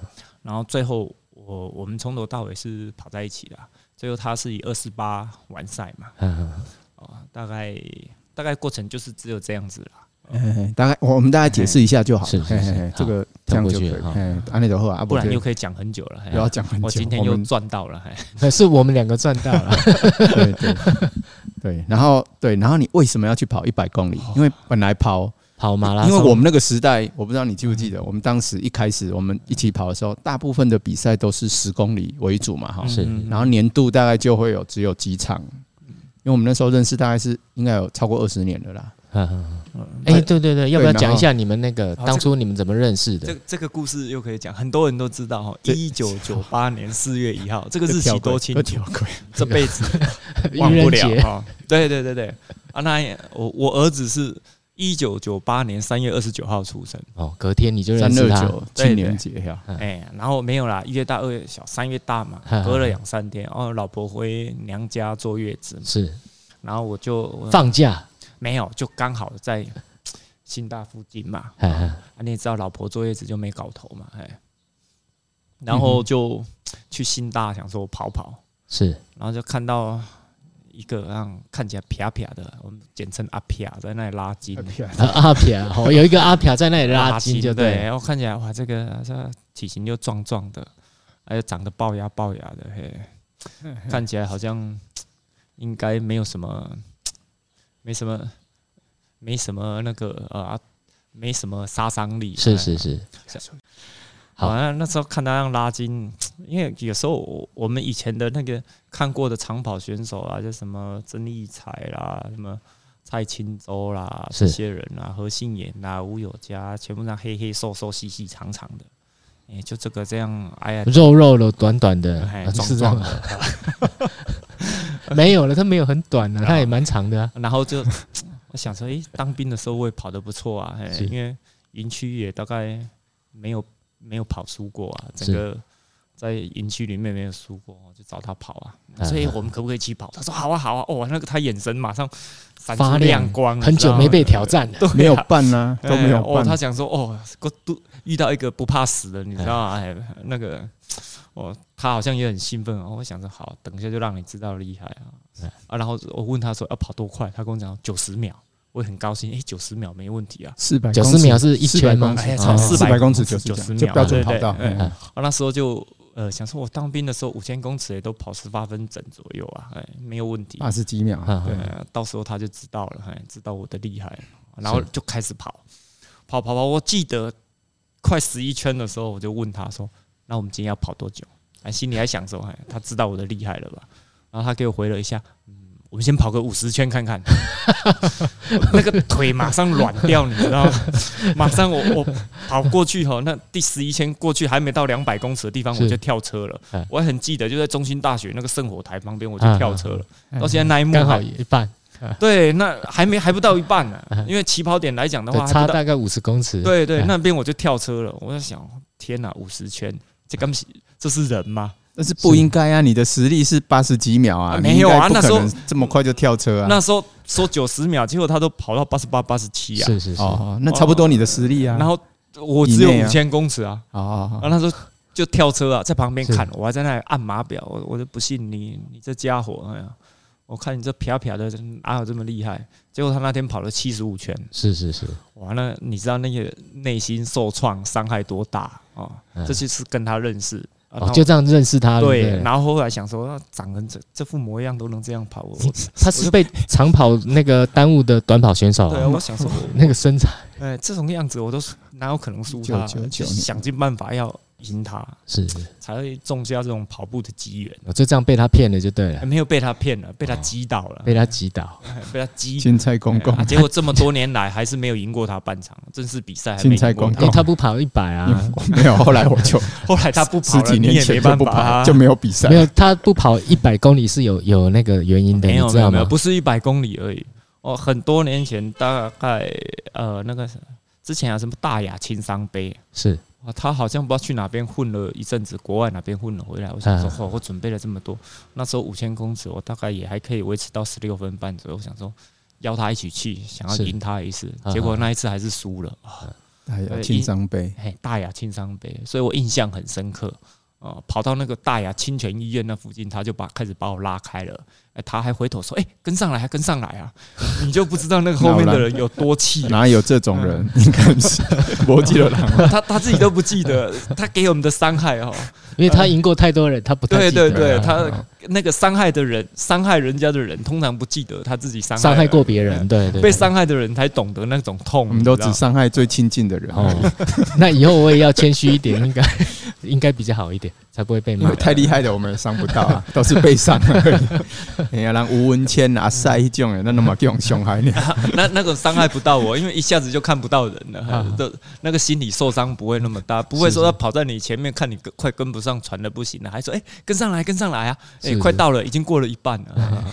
S3: 然后最后我我们从头到尾是跑在一起的啊，最后他是以二十八完赛嘛，
S1: 嗯
S3: 哦，大概大概过程就是只有这样子啦。
S2: 哎大概我我们大概解释一下就好了，
S1: 是是是
S2: 嘿嘿嘿
S1: 好
S2: 这个这
S1: 跳
S2: 样
S1: 过
S2: 就
S1: 去
S2: 可以
S1: 好，
S2: 哎，安利的话，啊
S3: 不然
S2: 就
S3: 又可以讲很久了。
S1: 哎
S3: 嘿
S2: 不要讲很久，
S3: 我今天
S2: 我
S3: 又
S2: 们
S3: 赚到了，还
S1: 嗯，是我们两个赚到了，
S2: 对对对，然后对，然后你为什么要去跑一百公里？因为本来跑
S1: 跑哦马拉松，嗯
S2: 因为我们那个时代，我不知道你记不记得，我们当时一开始我们一起跑的时候，大部分的比赛都是十公里为主嘛，哈，
S1: 是
S2: 然后年度大概就会有只有几场，因为我们那时候认识大概是应该有超过二十年了啦。
S1: 嗯嗯嗯哎，对对对，要不要
S2: 对然后啊
S1: 讲一下你们那个
S3: 这个
S1: 当初你们怎么认识的
S3: 这？这个故事又可以讲，很多人都知道哈，
S2: 这
S3: 一九九八年四月一号，这个日
S2: 这
S3: 期
S2: 条规
S3: 多清
S2: 这
S3: 楚
S2: 条，规
S3: 这辈子
S1: 愚
S3: 忘不
S1: 人
S3: 了
S1: 节，
S3: 哈。对对对对，啊，那也我我儿子是一九九八年三月二十九号出生，
S1: 哦，隔天你就认
S2: 三
S1: 识
S2: 六
S1: 他，
S2: 九青年节 呀，
S1: 嗯
S3: 哎，然后没有啦，一月大，二月小，三月大嘛
S1: 哈哈，
S3: 隔了两三天，哦，老婆回娘家坐月子，
S1: 是
S3: 然后我就我
S1: 放假，
S3: 没有，就刚好在新大附近嘛，
S1: 嗯嗯
S3: 啊，你也知道老婆坐月子就没搞头嘛，哎，然
S1: 嗯
S3: 后就去新大想说跑跑，
S1: 是
S3: 然后就看到一个让看起来撇撇的，我们简称阿撇，在那里拉筋，
S1: 啊阿撇，哦，有一个阿撇在 那里拉筋，
S3: 筋
S1: 就
S3: 对，
S1: 对，
S3: 然后看起来哇，这个这体型又壮壮的，还有长得龅牙龅牙的，嘿， 看起来好像应该没有什么，没什么，没什么那个啊，没什么杀伤力，
S1: 是
S3: 哎
S1: 是是，好
S3: 好，那那时候看他让拉筋，因为有时候我我们以前的那个看过的长跑选手啊，就什么曾立才啦，什么蔡钦洲啦，
S1: 是
S3: 这些人啊，何信言啦，吴友嘉，全部那黑黑瘦瘦、细细长长的，哎、就这个这样，哎呀，
S1: 肉肉的，短短的，
S3: 哎
S1: 啊
S3: 壮
S1: 是这样
S3: 壮
S1: 吗？
S3: 的， 哦
S1: 没有了，它没有很短 啊，它也蛮长的啊，
S3: 然后就我想说，哎、当兵的时候我也跑得不错啊，哎、
S1: 是
S3: 因为营区也大概没有没有跑输过啊，整
S1: 是
S3: 个在营区里面没有输过，就找他跑啊，
S1: 啊
S3: 所以我们可不可以一起跑？他说好啊好啊，哦，那个他眼神马上闪出
S1: 发亮
S3: 亮光，
S1: 很
S3: 你嗯知
S1: 久
S3: 道
S1: 没
S3: 吗
S1: 被挑战了，
S2: 没有办啊，
S3: 哎
S2: 都没有
S3: 哦，他
S2: 办。
S3: 想说哦，我都遇到一个不怕死的，你知道吗？哎，那个哦，他好像也很兴奋哦。我想说好，等一下就让你知道厉害
S2: 哎
S3: 啊啊！然后我问他说要跑多快，他跟我讲九十秒，我也很高兴，哎，九十秒没问题啊。
S2: 四百啊
S1: 90秒是一圈吗
S3: 哎呀，
S1: 哦
S3: 从四
S2: 百公尺
S3: 九
S2: 九
S3: 十
S2: 十
S3: 秒
S2: 就标准跑
S3: 对
S2: 道。
S3: 对
S2: 嗯
S3: 对
S1: 嗯
S3: 啊，那时候就呃想说，我当兵的时候五千公尺也都跑十八分整左右啊，哎，没有问题。
S2: 八十几秒，
S1: 啊
S3: 对
S1: 啊，
S3: 啊，到时候他就知道了，哎，知道我的厉害了，然后
S1: 是
S3: 就开始跑，跑跑跑。我记得快十一圈的时候，我就问他说：“那我们今天要跑多久？”啊，心里还想说：“哎，他知道我的厉害了吧？”然后他给我回了一下：“嗯，我们先跑个五十圈看看。”那个腿马上软掉，你 知道吗？马上我我跑过去哈，那第十一圈过去还没到两百公尺的地方，
S1: 是
S3: 我就跳车了
S1: 哎。
S3: 我还很记得，就在中心大学那个圣火台旁边，我就
S1: 啊
S3: 跳车了。到现在那一幕
S1: 刚好
S3: 还
S1: 一半，
S3: 对，那还没还不到一半呢、因为起跑点来讲的
S1: 嗯对
S3: 话，，还
S1: 差
S3: 不到
S1: 大概五十公尺。
S3: 对对
S1: 哎，
S3: 那边我就跳车了。我在想，天哪、五十圈，这刚这是人吗？
S2: 但是不应该啊！你的实力是八十几秒啊，
S3: 啊没有啊
S2: 你应该不可能
S3: 那
S2: 这么快就跳车啊。
S3: 那时候说九十秒，结果他都跑到八十八、八十七啊。
S1: 是是是，
S2: 哦，那差不多你的实力啊。
S3: 然后我只有
S2: 以内
S3: 五
S2: 啊
S3: 千公尺啊，
S2: 哦，哦，哦
S3: 然后那时候就跳车啊，在旁边
S1: 是
S3: 看，我还在那里按码表，我我就不信你，你这家伙，哎呀，我看你这啪啪的哪有这么厉害？结果他那天跑了七十五圈，
S1: 是是哦是，
S3: 哇，那你知道那个内心受创伤害多大啊、哦
S1: 嗯
S3: 这就是跟他认识，啊
S1: 哦，就这样认识他了。对不
S3: 对
S1: 对，，
S3: 然后后来想说，啊长成这这副模样都能这样跑，我我
S1: 他是被长跑那个耽误的短跑选手
S3: 对啊，
S1: 啊，
S3: 我想说， 我
S1: 那个身材
S3: 哎，这种样子我都是哪有可能输他？
S2: 1999
S3: 就想尽办法要赢他，
S1: 是，哦
S3: 才会种下这种跑步的机缘。
S1: 我就这样被他骗了就对
S3: 哎
S1: 了，
S3: 没有被他骗
S2: 哦
S3: 了，被他击倒了，
S1: 被他击倒。
S3: 哎被他击
S2: 青菜公公
S3: 哎啊，结果这么多年来还是没有赢过他半场，正式比赛还没
S2: 青菜
S3: 赢过
S2: 公
S3: 他。
S1: 因哎为他不跑一百
S3: 嗯
S1: 啊，
S2: 没有，后来我 就
S3: 后来他不跑
S2: 十
S3: 了，
S2: 几
S3: 你
S2: 年
S3: 也
S2: 前
S3: 没
S2: 就
S3: 办
S2: 不
S3: 法啊
S2: 跑，就没有比赛
S1: 没。有他不跑一百公里是有有那个原因的，
S3: 没
S1: 你
S3: 有
S1: 知
S3: 没有
S1: 道
S3: 没有，
S1: 吗？
S3: 不是一百公里而已。哦，很多年前，大概呃那个之前有什么大雅青商杯
S1: 是
S3: 啊，他好像不知道去哪边混了一阵子，国外哪边混了回来。我想说，
S1: 啊
S3: 哇，我准备了这么多，那时候五千公尺，我大概也还可以维持到十六分半左右。我想说。邀他一起去，想要
S1: 是
S3: 赢他一次，
S1: 啊
S3: 结果那一次还是输了。
S2: 哎呀，
S3: 对
S2: 青商杯
S3: 哎，大雅青商杯，所以我印象很深刻。呃，跑到那个大雅清泉医院那附近，他就把开始把我拉开了。哎，他还回头说：“哎、跟上来，还跟上来啊！” 你就不知道那个后面的人有多气、 啊，
S2: 哪有这种人？应该 是搏击的狼。
S3: 他他自己都不记得他给我们的伤害 哦。
S1: 因为他赢过太多人，他不太
S3: 对
S1: 记得啊嗯
S3: 对
S1: 了
S3: 对，他那个伤害的人，伤害人家的人，通常不记得他自己伤 害
S1: 伤害
S3: 了
S1: 过别 人，对对，
S3: 被
S1: 对
S3: 伤害的人才懂得那种痛。
S2: 我们都
S3: 你知道
S2: 只伤害最亲近的人，
S1: 哦， 那以后我也要谦虚一点，应该 应该比较好一点，才不会被
S2: 因
S1: 骂
S2: 为。太厉害的我们也伤不到啊，都是被伤而已。 哎呀，让吴文谦啊、赛一种的，那那么这种伤害呢？
S3: 那那个伤害不到我，因为一下子就看不到人
S1: 啊
S3: 了，的那个心理受伤不会那么大，不会说
S1: 是
S3: 他跑在你前面看你跟快跟不上，喘的不行了，还说哎、跟上来跟上来啊，哎、
S1: 是
S3: 快到了，已经过了一半了，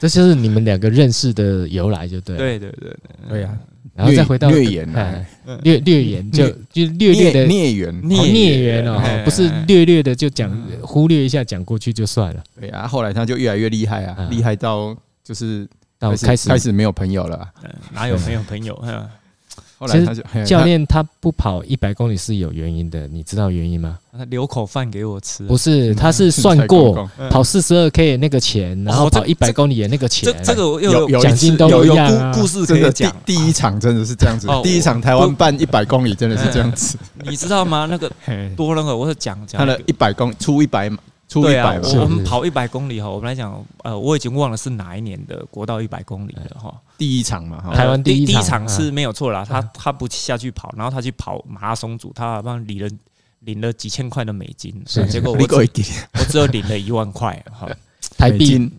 S1: 这就是你们两个认识的由来， 就对了。
S3: 对对对，
S2: 对啊呀，
S1: 然后再回到
S2: 虐虐言啊
S1: 哎略略言就就略略
S2: 孽
S1: 的
S2: 孽缘，
S1: 哦孽缘
S3: 哦
S1: 哦，不是略略的就讲忽略一下讲过去就算了，
S2: 对啊，后来他就越来越厉害啊，
S1: 嗯
S2: 厉害到就是
S1: 到开始
S2: 开始没有朋友了啊。
S3: 哪有没有朋友？嗯
S2: 后
S1: 其
S2: 来
S1: 实
S2: 他就嘿
S1: 教练他不跑一百公里是有原因的，你知道原因吗？
S3: 他留口饭给我吃啊，
S1: 不是，他是
S2: 他
S1: 算
S2: 蔡
S1: 过
S2: 公
S3: 嗯
S1: 跑四十二 K 那个钱，然后
S3: 哦这
S1: 跑一百公里的那个钱
S3: 这，这个我又
S2: 有有
S1: 奖金都
S3: 有
S1: 一
S3: 有
S1: 样啊
S3: 故故事
S2: 公
S3: 可
S2: 真
S3: 以
S2: 的第
S3: 讲，
S2: 第一场真的是这样子
S3: 哦，
S2: 第一场台湾办一百公里真的是这样子，
S3: 你知道吗？那个
S2: 嘿
S3: 多那个，我讲讲
S2: 他的一百公出一百出一
S3: 对啊
S2: 百，嘛
S1: 是，
S3: 我我们跑一百公里哈，我们来讲，呃，我已经忘了是哪一年的国道一百公里
S1: 哎
S3: 了哈。
S2: 第一场嘛哈
S1: 台湾第一
S3: 一
S1: 场嗯
S3: 场是没有错啦，他他不下去跑，然后他去跑马拉松组，他好像领了领了几千块的美金，
S1: 是嗯
S3: 结果我
S2: 你
S3: 只
S2: 够一点
S3: 我只有领了一万块哈
S1: 台
S2: 美
S1: 币
S2: 金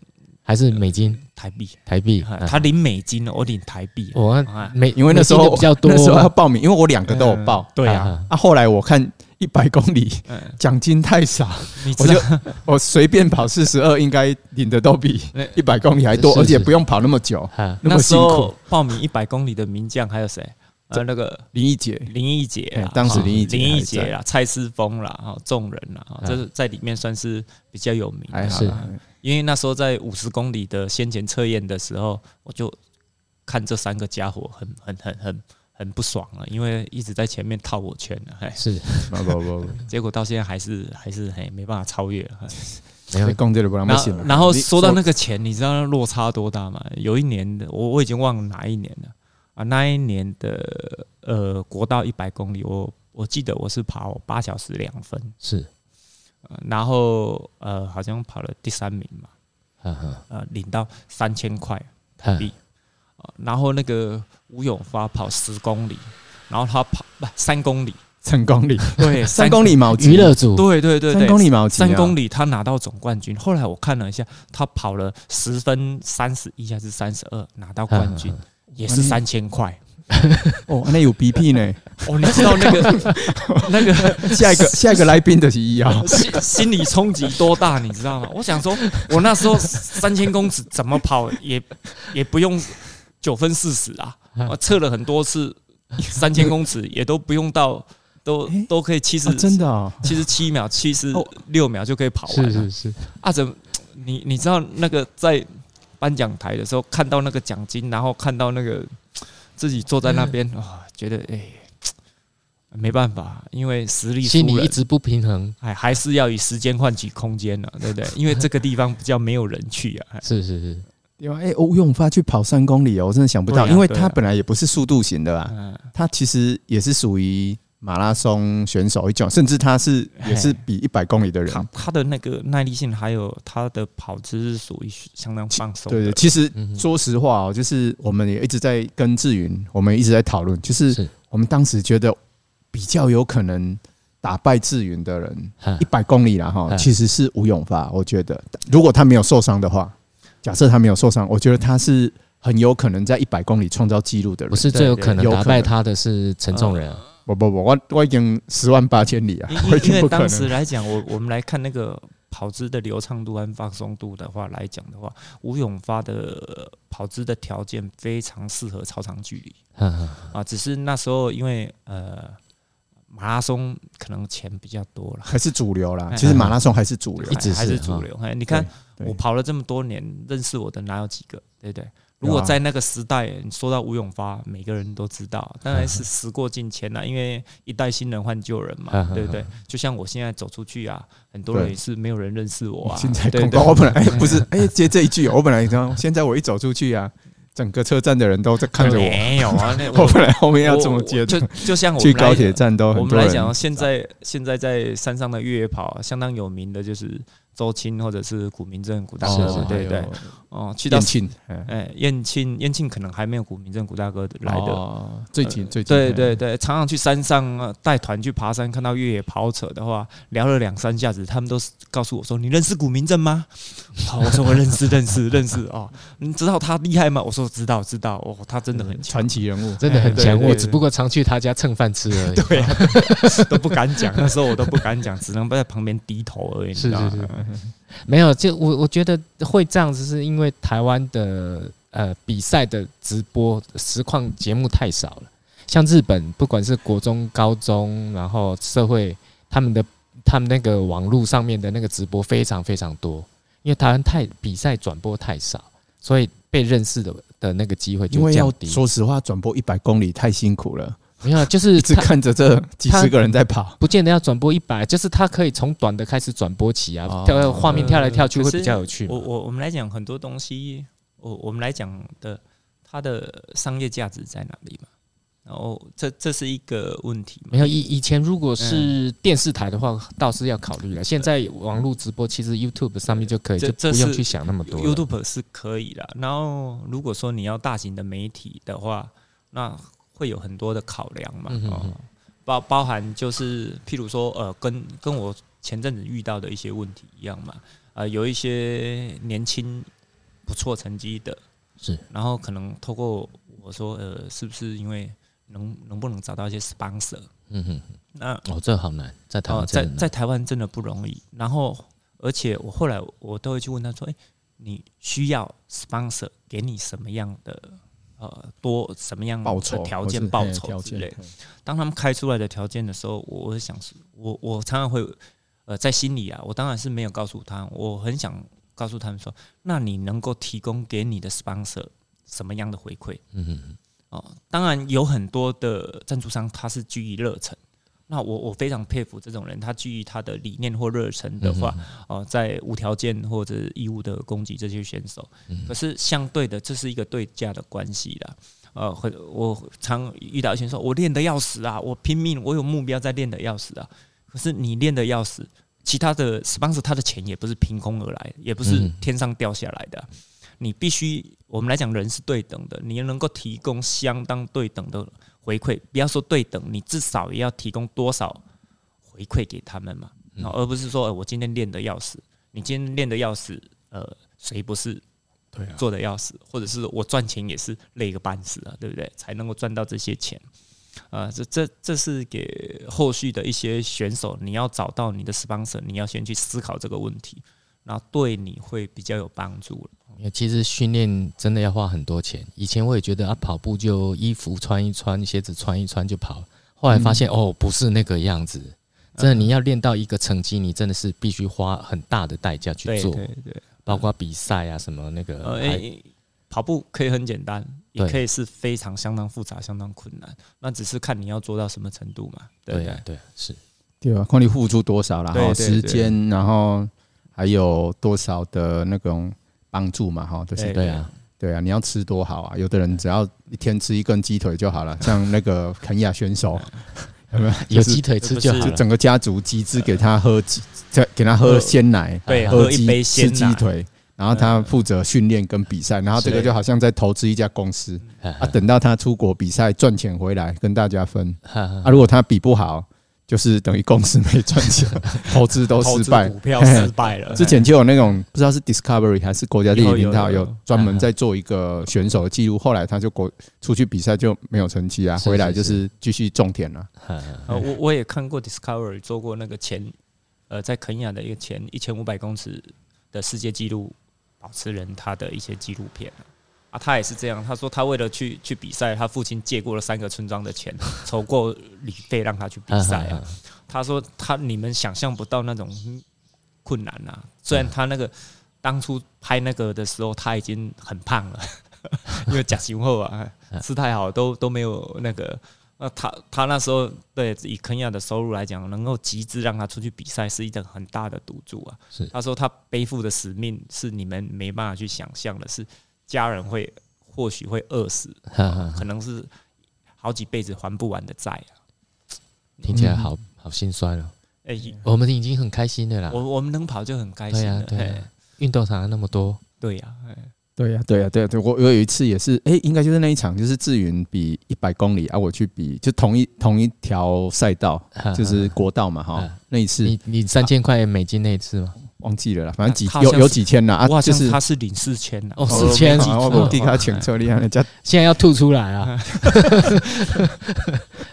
S1: 还是美金？
S3: 嗯台币，
S1: 台币，
S3: 哈
S1: 啊
S3: 他领美金了，我领台币，
S1: 我
S3: 啊
S1: 美
S2: 因为那时候
S1: 美金的比较多，
S2: 那时候要报名，因为我两个都有报。
S3: 对啊，
S1: 啊，
S2: 啊，后来我看一百公里
S3: 嗯，
S2: 奖金太少，
S1: 嗯
S3: 你
S2: 我
S3: 知
S2: 就
S3: 道
S2: 我随便跑四十二，应该领的都比
S3: 那
S2: 一百公里还多，
S1: 是
S2: 而且
S1: 是
S2: 不用跑那么久，
S1: 啊
S2: 那
S3: 那
S2: 么
S3: 时
S2: 辛苦
S3: 候。报名一百公里的名将还有谁？呃，那个
S2: 林忆姐
S3: 林忆姐
S2: 哎
S3: 啦，
S2: 当时
S3: 哈
S2: 林忆姐
S3: 哦林忆
S2: 还
S3: 姐
S2: 在
S3: 啦，蔡思峰啦，哈，众人啦，哈
S1: 啊
S3: 这是在里面算是比较有名的。
S2: 还好
S1: 是
S2: 啦，
S3: 因为那时候在五十公里的先前测验的时候，我就看这三个家伙很很很很很不爽了，因为一直在前面套我圈了，嘿，
S1: 是
S2: 不不不不，
S3: 结果到现在还是还是嘿没办法超越。嘿
S1: 没有
S2: 你讲这个不然不
S3: 然
S2: 行
S3: 后
S2: 啦
S3: 然后
S2: 你
S3: 说到那个钱，你知道那落差多大吗？有一年的我我已经忘了哪一年了啊，那一年的呃国道一百公里，我我记得我是跑八小时两分，
S1: 是，
S3: 呃然后呃好像跑了第三名嘛，
S1: 哈哈，
S3: 呃领到三千块。
S1: 啊
S3: 币然后那个吴永发跑十公里，然后他跑不三公里，
S2: 三公里，
S3: 对，
S2: 三公里毛巾
S1: 娱乐组
S3: 对对对对，
S2: 三公里毛巾、啊，
S3: 三公里他拿到总冠军。后来我看了一下，他跑了十分三十一还是三十二，拿到冠军也是三千块。
S2: 哦，那有 BP 呢。
S3: 哦，你知道那 个那个
S2: 下一个下一个来宾的是医药，
S3: 心心理冲击多大，你知道吗？我想说，我那时候三千公尺怎么跑也也不用九分四十啊，
S2: 嗯
S3: 我测了很多次，三千公尺也都不用到，都
S2: 诶
S3: 都可以七十、
S2: 啊真的哦，
S3: 七十七秒、七十六秒就可以跑完
S1: 是
S3: 了。
S1: 是是，
S3: 啊，怎么你你知道那个在颁奖台的时候看到那个奖金，然后看到那个自己坐在那边啊、
S2: 嗯
S3: 觉得哎、没办法，因为实力
S1: 心
S3: 输
S1: 里
S3: 了
S1: 一，直不平衡，
S3: 哎，还是要以时间换取空间呢、啊对不对？因为这个地方比较没有人去啊。 哎
S1: 是是是，
S2: 有哎，欧永发去跑三公里哦，我真的想不到，
S3: 对啊
S2: 因为
S3: 对
S2: 他
S3: 啊
S2: 本来也不是速度型的啦，
S3: 嗯，
S2: 他其实也是属于马拉松选手一种，甚至他是也是比一百公里的人。
S3: 他他的那个耐力性，还有他的跑姿是属于相当放松
S2: 对
S3: 的
S2: 对，，其实
S1: 嗯哼
S2: 说实话哦，就是我们也一直在跟志云，我们一直在讨论，就是
S1: 是
S2: 我们当时觉得比较有可能打败志云的人，
S1: 哈
S3: 啊
S2: 一百公里啦哈，
S1: 嗯
S2: 其实是吴永发。我觉得如果他没有受伤的话，假设他没有受伤，我觉得他是很有可能在一百公里创造纪录的人
S1: 不。是最有可能
S2: 对有
S1: 打
S2: 可能
S1: 败他的是陈仲仁啊，
S2: 不不不，我我已经十万八千里啊
S3: 因，
S2: 我已
S3: 因
S2: 经
S3: 因为
S2: 不可
S3: 当
S2: 能
S3: 时。来讲，我我们来看那个跑姿的流畅度和放松度的话来讲的话，吴永发的跑姿的条件非常适合超长距离
S1: 哈哈
S3: 啊，只是那时候因为呃马拉松可能钱比较多了，
S2: 还是主流啦
S3: 哎，
S2: 其实马拉松还是主流啊
S1: 一。直
S3: 还
S1: 是
S3: 是主
S1: 哈，
S3: 流。哎，你看
S2: 对
S3: 我跑了这么多年，认识我的哪有几个，对不对？如
S2: 有
S3: 果
S2: 啊
S3: 在那个时代，你说到吴永发，每个人都知道，当 然是时过境迁啊了、因为一代新人换旧人嘛对不对？就像我现在走出去啊，很多人
S2: 对
S3: 也是没有人认识我啊，
S2: 现在
S3: 对
S2: 广
S3: 不
S2: 告，
S3: 对
S2: 我本来哎不是哎接这一句哦，我本来刚现在我一走出去啊，整个车站的人都在看着我。
S3: 没有啊，那
S2: 我本来后面要
S3: 我
S2: 这么接
S3: 我就
S2: 的，
S3: 就 像我
S2: 去
S3: 们来
S2: 高铁站都
S3: 我
S2: 很
S3: 们
S2: 多
S3: 来
S2: 人。
S3: 讲，现在现在在山上的越野跑啊相当有名的就是周青或者是古明正、古大
S1: 是
S3: 哥
S1: 是，
S3: 对不对？哦，去到
S2: 燕庆，哎
S3: 哎，燕庆，燕庆可能还没有古明正古大哥来的。
S2: 哦最近最近，
S3: 对对
S2: 哎，
S3: 对，常常去山上呃带团去爬山，看到越野跑者的话，聊了两三下子，他们都是告诉我说：“你认识古明正吗？”好，我说我认识，认识，认识哦。你知道他厉害吗？我说知道，知道。哦，他真的很强，
S2: 传奇人物，
S1: 真的很强，
S3: 哎对对
S1: 我
S3: 对
S1: 只不过常去他家蹭饭吃而已，
S3: 对啊， 都不敢讲。那时候我都不敢讲，只能在旁边低头而已，你
S1: 是
S3: 知道
S1: 是
S3: 吗？
S1: 是，没有，就我我觉得会这样子，是因为台湾的呃比赛的直播实况节目太少了。像日本，不管是国中、高中，然后社会，他们的他们那个网络上面的那个直播非常非常多，因为台湾太比赛转播太少，所以被认识的的那个机会
S2: 因
S1: 就
S2: 为
S1: 降
S2: 要
S1: 低。
S2: 说实话，转播一百公里太辛苦了，
S1: 没有，啊就是
S2: 一直
S1: 他
S2: 看着这几
S1: 他
S2: 十个人在跑，
S1: 不见得要转播一百，就是他可以从短的开始转播起啊
S2: 哦，
S1: 跳画面跳来跳
S2: 嗯
S1: 去
S3: 呃
S1: 会
S3: 可是
S1: 比较有趣嘛。
S3: 我我我们来讲很多东西，我我们来讲的它的商业价值在哪里嘛？然后这这是一个问题嘛？
S1: 没有以以前如果
S3: 嗯
S1: 是电视台的话，倒是要考虑了。现在网络直播其实 YouTube 上面就可以，
S3: 这
S1: 就
S3: 这
S1: 不用
S3: 是
S1: 去想那么多了。
S3: YouTube 是可以的。然后如果说你要大型的媒体的话，那会有很多的考量嘛，
S1: 嗯哼
S3: 哦
S1: 哼，
S3: 包包含就是譬如说呃，跟跟我前阵子遇到的一些问题一样嘛，呃，有一些年轻不错成绩的，
S1: 是，
S3: 然后可能透过我说呃，是不是因为能能不能找到一些 sponsor？
S1: 嗯哼，
S3: 那
S1: 哦，这好难，在台
S3: 哦，
S1: 湾
S3: 在
S1: 真的难
S3: 在台湾真的不容易。然后，而且我后来我都会去问他说：“哎、你需要 sponsor 给你什么样的呃多什么样
S2: 报
S3: 的
S2: 酬
S3: 条
S2: 或是
S3: 件报
S2: 哎
S3: 酬
S2: 条
S3: 之
S2: 件
S3: 类的？”当他们开出来的条件的时候，我我会想是，我我常常会呃在心里啊，我当然是没有告诉他，我很想告诉他们说：“那你能够提供给你的 sponsor 什么样的回馈？”
S1: 嗯哼，
S3: 哦，当然有很多的赞助商他是基于热忱，那我我非常佩服这种人，他基于他的理念或热忱的话，
S1: 嗯
S3: 哦，在无条件或者义务的攻击这些选手，
S1: 嗯
S3: 可是相对的，这是一个对价的关系啦。呃，会我常遇到一些人说，我练的要死啊，我拼命，我有目标在练的要死啊。可是你练的要死，其他的 sponsor 他的钱也不是凭空而来，也不是
S1: 嗯
S3: 天上掉下来的啊、你必须我们来讲人是对等的，你能够提供相当对等的回馈，不要说对等，你至少也要提供多少回馈给他们嘛，
S1: 嗯
S3: 哦而不是说、呃我今天练的要死，你今天练的要死，呃，谁不是
S4: 对啊，
S3: 做的要死，或者是我赚钱也是累个半死啊，对不对？才能够赚到这些钱。啊，这这这是给后续的一些选手，你要找到你的 sponsor，你要先去思考这个问题，然后对你会比较有帮助了。
S1: 因为其实训练真的要花很多钱。以前我也觉得啊，跑步就衣服穿一穿，鞋子穿一穿就跑了。后来发
S3: 嗯
S1: 现、哦，不是那个样子。真的，你要练到一个成绩，你真的是必须花很大的代价去
S3: 对
S1: 做，
S3: 对对，
S1: 包括比赛啊什么那个
S3: 呃，
S1: 还
S3: 诶跑步可以很简单，也
S1: 对
S3: 可以是非常相当复杂、相当困难，那只是看你要做到什么程度嘛，对不
S1: 对
S3: 对？
S1: 啊对啊是
S2: 对吧？看你付出多少啦，
S3: 对
S2: 哈，
S3: 对
S2: 时
S3: 对
S2: 间，然后还有多少的那种帮助嘛，哈，就是
S3: 对
S1: 对啊，
S2: 对啊，你要吃多好啊！有的人只要一天吃一根鸡腿就 好了，像那个肯亚选手，有没有？
S1: 有
S2: 就是
S3: 啊
S1: 鸡腿吃就好
S3: 就
S1: 了
S2: 整。个家族集资给他喝鸡， 再给他喝鲜奶，
S3: 对，
S1: 啊
S3: 喝
S2: 鸡
S3: 一杯
S2: 吃
S3: 鲜
S2: 鸡
S3: 奶，嗯
S2: 腿，然后他负责训练跟比赛，然后这个就好像在投资一家公司 啊。等到他出国比赛赚钱回来跟大家分啊，如果他比不好，就是等于公司没赚 钱，投资都
S3: 投
S2: 失
S3: 资
S2: 败
S3: 股。票失败了。
S2: 之前就有那种不知道是 Discovery 还是国家地理频道
S3: 有有有
S2: 有专门在做一个选手的记录，后来他就国出去比赛就没有成绩啊，
S1: 是
S2: 回来
S1: 是
S2: 就是继续种田啊了。
S3: 呃，我我也看过 Discovery 做过那个前，呃，在肯亚的一个前一千五百公尺的世界纪录保持人他的一些纪录片啊啊他也是这样，他说他为了去去比赛，他父亲借过了三个村庄的钱， 筹过旅费让他去比赛啊。他说他你们想象不到那种困难啊，虽然他那个当初拍那个的时候他已经很胖了，因为假型后啊吃太好都都没有那个。那他他那时候对以肯亚的收入来讲，能够集资让他出去比赛是一种很大的赌注啊。
S1: 是
S3: 他说他背负的使命是你们没办法去想象的，是家人会或许会饿死，可能是好几辈子还不完的债啊。
S1: 听起来好好心酸哦。
S3: 哎、
S1: 我们已经很开心的啦，
S3: 我我们能跑就很开心
S1: 对啊
S3: 了。
S1: 对啊
S3: 嘿
S1: 运动场那么多，
S3: 对呀、哎
S2: 对呀、对呀、
S3: 啊
S2: 对呀、对、我我有一次也是，哎、应该就是那一场，就是志云比一百公里啊，我去比就同一同一条赛道，
S3: 啊
S2: 就是国道嘛，哈
S1: 嗯，
S2: 那一次
S1: 你你三千块美金那一次吗？
S2: 忘记了啦，反正几
S3: 他好像
S2: 有
S3: 是
S2: 有几千啦啊，
S3: 我好
S2: 就
S3: 像
S2: 是
S3: 他是领四千的
S1: 哦4000
S2: 啊我我替他请车厉害，人家
S1: 现在要吐出来啊，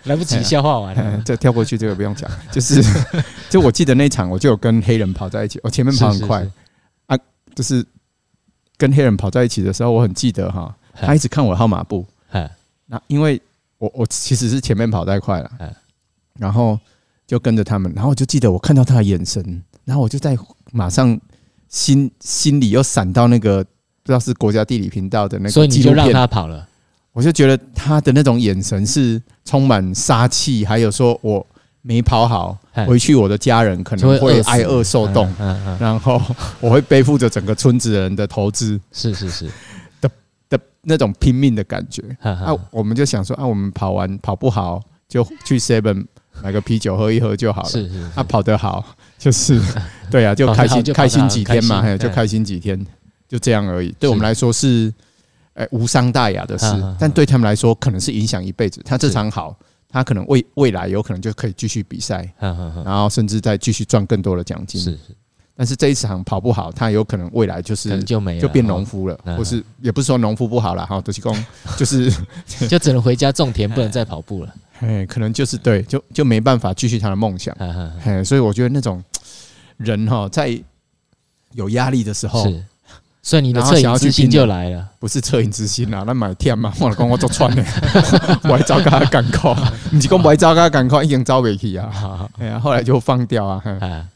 S1: 来不及消化完
S2: 嗯
S1: 了，。
S2: 这跳过去这个不用讲，就是 就我记得那一场我就有跟黑人跑在一起，哦我前面跑
S1: 是
S2: 很
S1: 是
S2: 快
S1: 是
S2: 啊，就是跟黑人跑在一起的时候，我很记得哈，他一直看我的号码布，
S1: 哎
S2: 那因为我我其实是前面跑太快了
S1: 嗯，
S2: 然后就跟着他们，然后我就记得我看到他的眼神，然后我就在马上心心里又闪到那个不知道是国家地理频道的那
S1: 所
S2: 个
S1: 以你
S2: 纪
S1: 就
S2: 录
S1: 让
S2: 片，
S1: 他跑了，
S2: 我就觉得他的那种眼神是充满杀气，还有说我没跑好，
S1: 嗯
S2: 回去我的家人可
S1: 就
S2: 能会
S1: 饿死
S2: 挨饿受冻，
S1: 嗯嗯，嗯
S2: 然后我会背负着整个村子人的投资
S1: 是是是，
S2: 的那种拼命的感觉。
S1: 哈
S2: 啊
S1: 哈，
S2: 我们就想说啊，我们跑完跑不好就去 Seven 买个啤酒喝一喝就好了。
S1: 是是
S2: 啊，跑得好就是 对啊，就
S1: 跑得
S2: 开
S1: 好
S2: 心
S1: 就跑得
S2: 开心
S1: 好
S2: 几天嘛，
S1: 开心
S2: 嘿，就
S1: 嗯
S2: 开心几天，就这样而已。对我们
S1: 是
S2: 来说是，哎，无伤大雅的事
S1: 嗯嗯嗯，
S2: 但对他们来说可能是影响一辈子。他这
S1: 是
S2: 场好，他可能未未来有可能就可以继续比赛，
S1: 哈哈哈，
S2: 然后甚至再继续赚更多的奖
S1: 是
S2: 金。
S1: 是
S2: 但是这一场跑不好，他有可能未来就
S1: 可能
S2: 是。
S1: 就没了，
S2: 就变农夫了，
S1: 嗯嗯
S2: 或是也不是说农夫不好了哈，德西公就是
S1: 哦，就只能回家种田，不能再跑步了。
S2: 哎，可能就是对，就就没办法继续他的梦想。
S1: 哈哈
S2: 哎，所以我觉得那种人哈，在有压力的时
S1: 哈，
S2: 候，
S1: 是，所以你的
S2: 然后
S1: 恻
S2: 想
S1: 隐
S2: 要
S1: 之
S2: 去
S1: 心
S2: 拼
S1: 就
S2: 了
S1: 来了。
S2: 不是恻隐之心啦，那买天嘛，啊我讲我做串的，我还招跟他干扣，不是讲不会招跟他干扣，已经招不起啊。
S1: 好，
S2: 哎呀，后来就放掉啊。哼
S1: 啊，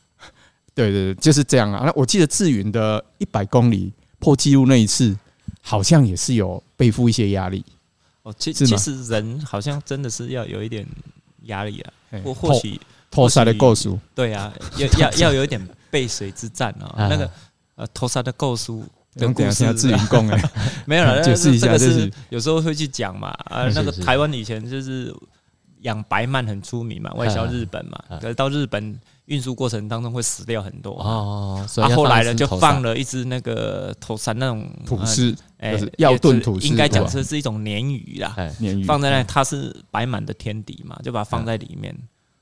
S2: 对对对，就是这样啊。那我记得志云的一百公里破纪录那一次，好像也是有背负一些压力，
S3: 哦，其
S2: 是
S3: 其
S2: 吗
S3: 实人好像真的是要有一点压力啊，
S2: 嘿
S3: 或或许
S2: 偷塞的构数，
S3: 对啊，要要要有一点背水之战啊。
S1: 啊
S3: 那个呃，头杀的构书跟
S2: 等
S3: 故
S2: 等一
S3: 事啊
S2: 下志云讲哎，
S3: 没 有了，
S2: 解释一下
S3: 这个
S2: 这
S3: 是
S2: 是
S3: 有时候会去讲嘛。呃，
S1: 是
S3: 那个
S1: 嗯是
S3: 台湾以前就是养白鳗很出名嘛，外销日本嘛
S1: 啊。
S3: 可是到日本运输过程当中会死掉很多。啊，
S1: 哦，所
S3: 啊
S1: 以要
S3: 后来
S1: 在
S3: 了就
S1: 头
S3: 放
S1: 上
S3: 了一只那个头山那种
S2: 吐
S3: 呃
S2: 司
S3: 哎
S2: 就是药炖
S3: 也是
S2: 吐司
S3: 应该
S2: 是吧
S3: 讲是是一种鲶鱼啦，
S1: 哎，
S2: 鲶鱼
S3: 放在那它是摆满的天敌嘛，就把它放在里面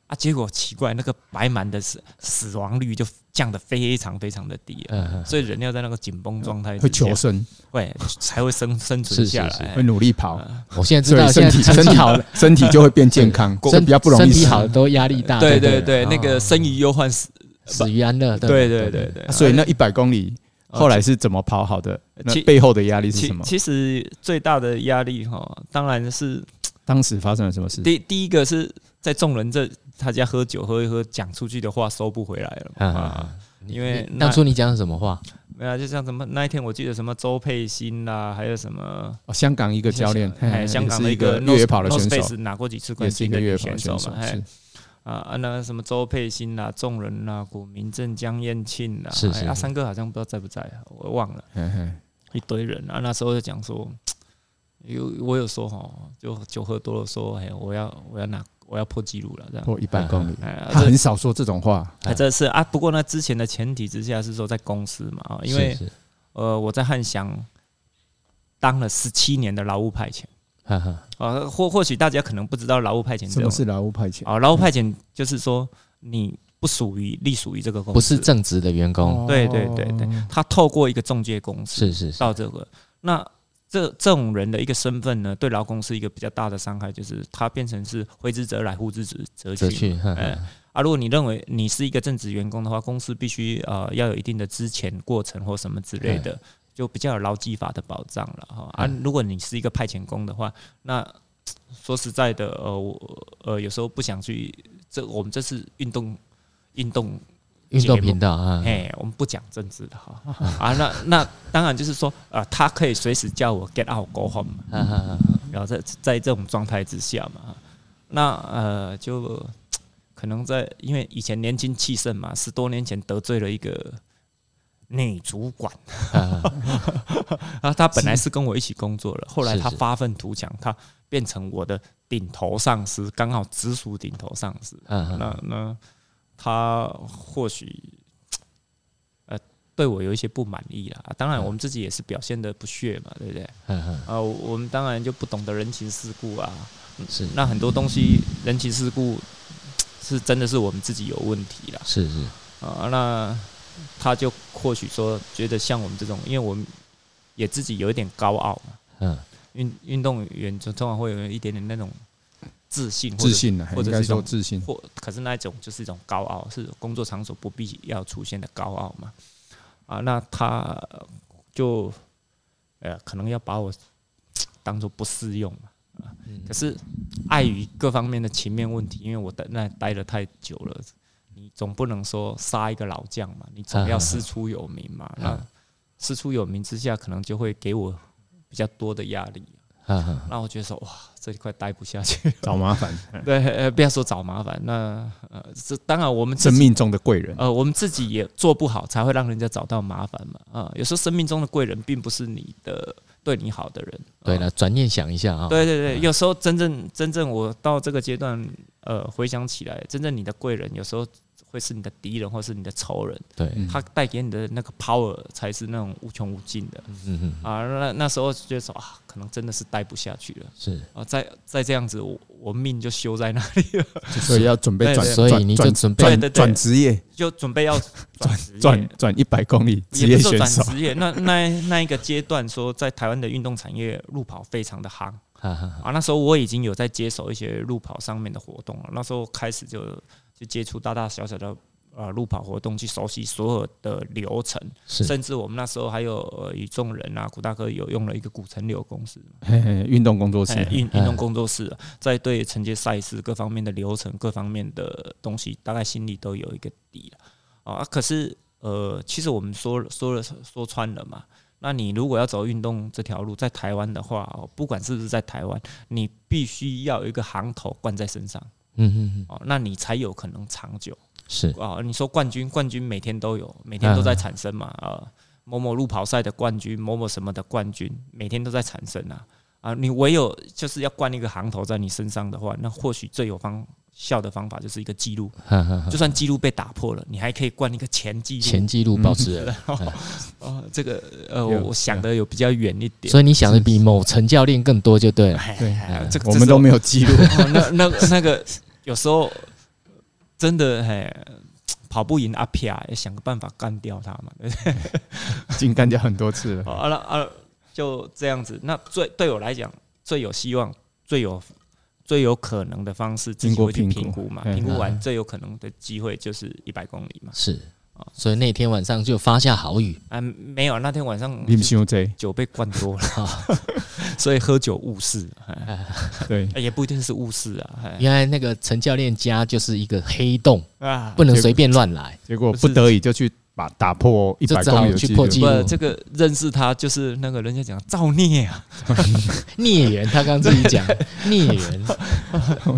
S3: 啊。结果奇怪，那个摆满的死死亡率就降得非常非常的低了，
S1: 嗯，嗯
S3: 所以人要在那个紧绷状态
S2: 会
S3: 之
S2: 求
S3: 下，
S2: 生，
S3: 会才会生生
S1: 是是
S3: 存下
S1: 是
S3: 来
S2: 会。努力跑，
S3: 呃
S1: 我现在知
S2: 所以
S1: 道，现
S2: 身体
S1: 在
S2: 身体
S1: 好了，
S2: 身体就会变健康，会
S1: 身
S2: 比较不容易
S1: 身体
S2: 死。
S1: 好都压力大，
S3: 对
S1: 啊对哦
S3: 对对，那个生
S1: 意
S3: 于忧患，死
S1: 死于安乐，
S3: 对对对对。
S2: 啊所以那一百公里
S3: 啊
S2: 后来是怎么跑好的？那
S3: 其
S2: 背后的压力是
S3: 其
S2: 什么？
S3: 其实最大的压力哈，当然是
S2: 当时发生了什么事？
S3: 第第一个是在众人这大家喝酒喝一喝，讲出去的话收不回来了
S1: 啊
S3: 嘛。
S1: 啊
S3: 啊
S1: 啊
S3: 因为
S1: 你
S3: 那
S1: 当初你讲什么话？
S3: 没有啊，就像什么那一天我记得什么周佩欣啦，还有什么
S2: 哦，香港一个教练，
S3: 哎，
S2: 嘿
S3: 香港
S2: 也
S3: 的
S2: 是一个
S3: 越
S2: 越
S3: 野
S2: 野跑的选手，
S3: 拿过几次冠
S2: 也是一
S3: 军
S2: 个
S3: 的
S2: 越
S3: 女
S2: 野跑
S3: 选
S2: 的
S3: 手
S2: 选
S3: 嘛
S2: 手，，
S3: 哎
S2: 是
S3: 啊啊那个什么周佩欣啦、众人啦、古明正、江燕庆啦，
S1: 是
S3: 哎
S1: 是
S3: 啊
S1: 是
S3: 三哥好像不知道在不在啊，我忘了。
S2: 哎嘿嘿
S3: 一堆人啊，那时候就讲说，有我有说哈，就酒喝多了说，哎，我要我要拿我要破纪录了这样。
S2: 破一百公里。
S3: 哎呀，
S2: 他很少说这种话，
S3: 这啊这是啊，不过呢，之前的前提之下是说在公司嘛，啊，因为
S1: 是是
S3: 呃我在汉翔当了十七年的劳务派遣
S1: 哈哈，
S3: 啊，或或许大家可能不知道劳务派遣
S2: 什
S3: 这
S2: 么
S3: 种
S2: 是劳务派遣？
S3: 啊，劳务派遣就是说你不属于隶属于这个公司，
S1: 不是正职的员工，
S3: 哦对对对对
S2: 哦，
S3: 他透过一个中介公司
S1: 是是是，
S3: 到这个。那这这种人的一个身份呢，对劳工是一个比较大的伤害，就是他变成是挥之则来，呼之则
S1: 则
S3: 则去
S1: 去，哈哈
S3: 哎啊。如果你认为你是一个正职员工的话，公司必须呃要有一定的资遣过程或什么之类的，就比较有劳基法的保障了哈。啊
S1: 嗯，
S3: 如果你是一个派遣工的话，那说实在的，呃，我呃有时候不想去，这我们这是运动运动
S1: 运动
S3: 节目
S1: 频道啊，
S3: 哎，我们不讲政治的哈 啊，那那当然就是说，呃，他可以随时叫我 get out go home，嘛
S1: 哈哈哈
S3: 然后在在这种状态之下嘛，那呃就可能在因为以前年轻气盛嘛，十多年前得罪了一个女主管，
S1: 哈哈，
S3: 啊，她本来是跟我一起工作了，后来
S1: 是
S3: 她
S1: 是
S3: 发愤图强，她变成我的顶头上司，刚好直属顶头上司，
S1: 哈哈
S3: 那那他或许呃对我有一些不满意啦。啊当
S1: 嗯
S3: 然，我们自己也是表现的不屑嘛，对不对？
S1: 哈哈，
S3: 啊，我我们当然就不懂得人情世故啊。
S1: 是
S3: 那很多东西人情世故是真的是我们自己有问题啦。
S1: 是是，
S3: 啊，那他就或许说觉得像我们这种，因为我们也自己有一点高傲嘛。
S1: 嗯，
S3: 运运动员就通常会有一点点那种自信或者
S2: 自信呢，
S3: 或
S2: 应
S3: 者
S2: 该
S3: 是一
S2: 说
S3: 种
S2: 自信。
S3: 或可是那一种就是一种高傲，是工作场所不必要出现的高傲嘛。啊，那他呃就呃可能要把我当做不适用嘛。
S1: 嗯
S3: 可是碍于各方面的情面问题，因为我在那待了太久了，你总不能说杀一个老将嘛，你总要师出有名嘛。
S2: 啊
S1: 嗯
S3: 那师出有名之下，可能就会给我比较多的压力。
S1: 哈哈，
S3: 那我觉得说，哇，这一块待不下去了。
S2: 找麻烦，
S3: 对，呃，不要说找麻烦，那呃，这当然我们自
S2: 生
S3: 己
S2: 命中的贵人，
S3: 呃，我们自己也做不好，才会让人家找到麻烦嘛。啊、有时候生命中的贵人并不是你的对你好的人。
S1: 对
S3: 的，
S1: 了，转念想一下
S2: 哦
S1: 啊，
S3: 哦对对
S2: 嗯
S3: 对，有时候真正真正我到这个阶段，呃，回想起来，真正你的贵人有时候会是你的敌人或是你的仇人，
S1: 对，
S2: 嗯
S3: 他带给你的那个 power 才是那种无穷无尽的。
S1: 嗯嗯，
S3: 啊，那那时候就觉得说啊，可能真的是待不下去了
S1: 是，
S3: 啊，再再这样子，我我命就休在那里 了。
S2: 所以要准备
S3: 对
S2: 转，
S3: 对
S1: 所以
S2: 转
S1: 你就
S2: 转
S1: 准备
S3: 对对
S2: 转
S3: 对
S2: 转职业，
S3: 就准备要转职业
S2: 转转一百公里职
S3: 也
S2: 业
S3: 不是说
S2: 选
S3: 转
S2: 手，
S3: 职业，那 那那一个阶段说，在台湾的运动产业路跑非常的夯
S1: 哈哈哈，
S3: 啊，那时候我已经有在接手一些路跑上面的活动了，那时候开始就就接触大大小小的。呃，路跑活动去熟悉所有的流程，
S1: 是
S3: 甚至我们那时候还有呃与众人啊，古大哥有用了一个古城流公司，
S2: 嘿嘿运动工作室
S3: 哎，运运动工作室，在对承接赛事各方面的流程、各方面的东西，大概心里都有一个底了啊。可是呃，其实我们说说了说穿了嘛，那你如果要走运动这条路，在台湾的话，哦，不管是不是在台湾，你必须要有一个行头冠在身上
S1: 嗯嗯嗯，
S3: 哦，那你才有可能长久
S1: 是
S3: 啊。你说冠军，冠军每天都有，每天都在产
S2: 嗯
S3: 生嘛啊。某某路跑赛的冠军，某某什么的冠军，每天都在产生啊。啊，你唯有就是要灌一个行头在你身上的话，那或许最有方效的方法就是一个记录，
S1: 哈哈
S2: 嗯
S1: 哈
S3: 就算记录被打破了，你还可以灌一个前记录。
S1: 前记
S2: 嗯
S1: 录保持人，
S3: 哦，这个呃，
S2: 有
S3: 我我想的有比较远一 点。
S1: 所以你想的比某陈教练更多就对了。
S3: 哎
S2: 对
S3: 哎这个
S2: 我们都没
S3: 有。
S2: 有记录。
S3: 哦那那那个有时候真的嘿，跑不赢阿皮啊，要想个办法干掉他嘛。对不对
S2: 已经干掉很多次了。
S3: 好啊那啊，就这样子。那最对我来讲最有希望、最有最有可能的方式，自己
S2: 经过
S3: 会去
S2: 评
S3: 评
S2: 估
S3: 估嘛。
S2: 嗯
S3: 评估完
S1: 嗯
S3: 最有可能的机会就是一百公里嘛。
S1: 是，哦所以那天晚上就发下好雨，
S3: 啊，没有，那天晚上
S2: 你们信这？
S3: 酒被灌多 了，所以喝酒误事，哎
S2: 对，
S3: 也不一定是误事啊。哎
S1: 原来那个陈教练家就是一个黑洞，
S3: 啊，
S1: 不能
S2: 结果
S1: 随便乱来。
S2: 结果
S3: 不是
S2: 不得已就去把打破一百
S1: 就只好
S2: 公里的
S1: 去
S2: 记
S1: 破
S2: 录
S1: 纪。录
S3: 不，这个认识他就是那个人家讲造孽啊，
S1: 孽缘，他刚自己 讲孽缘，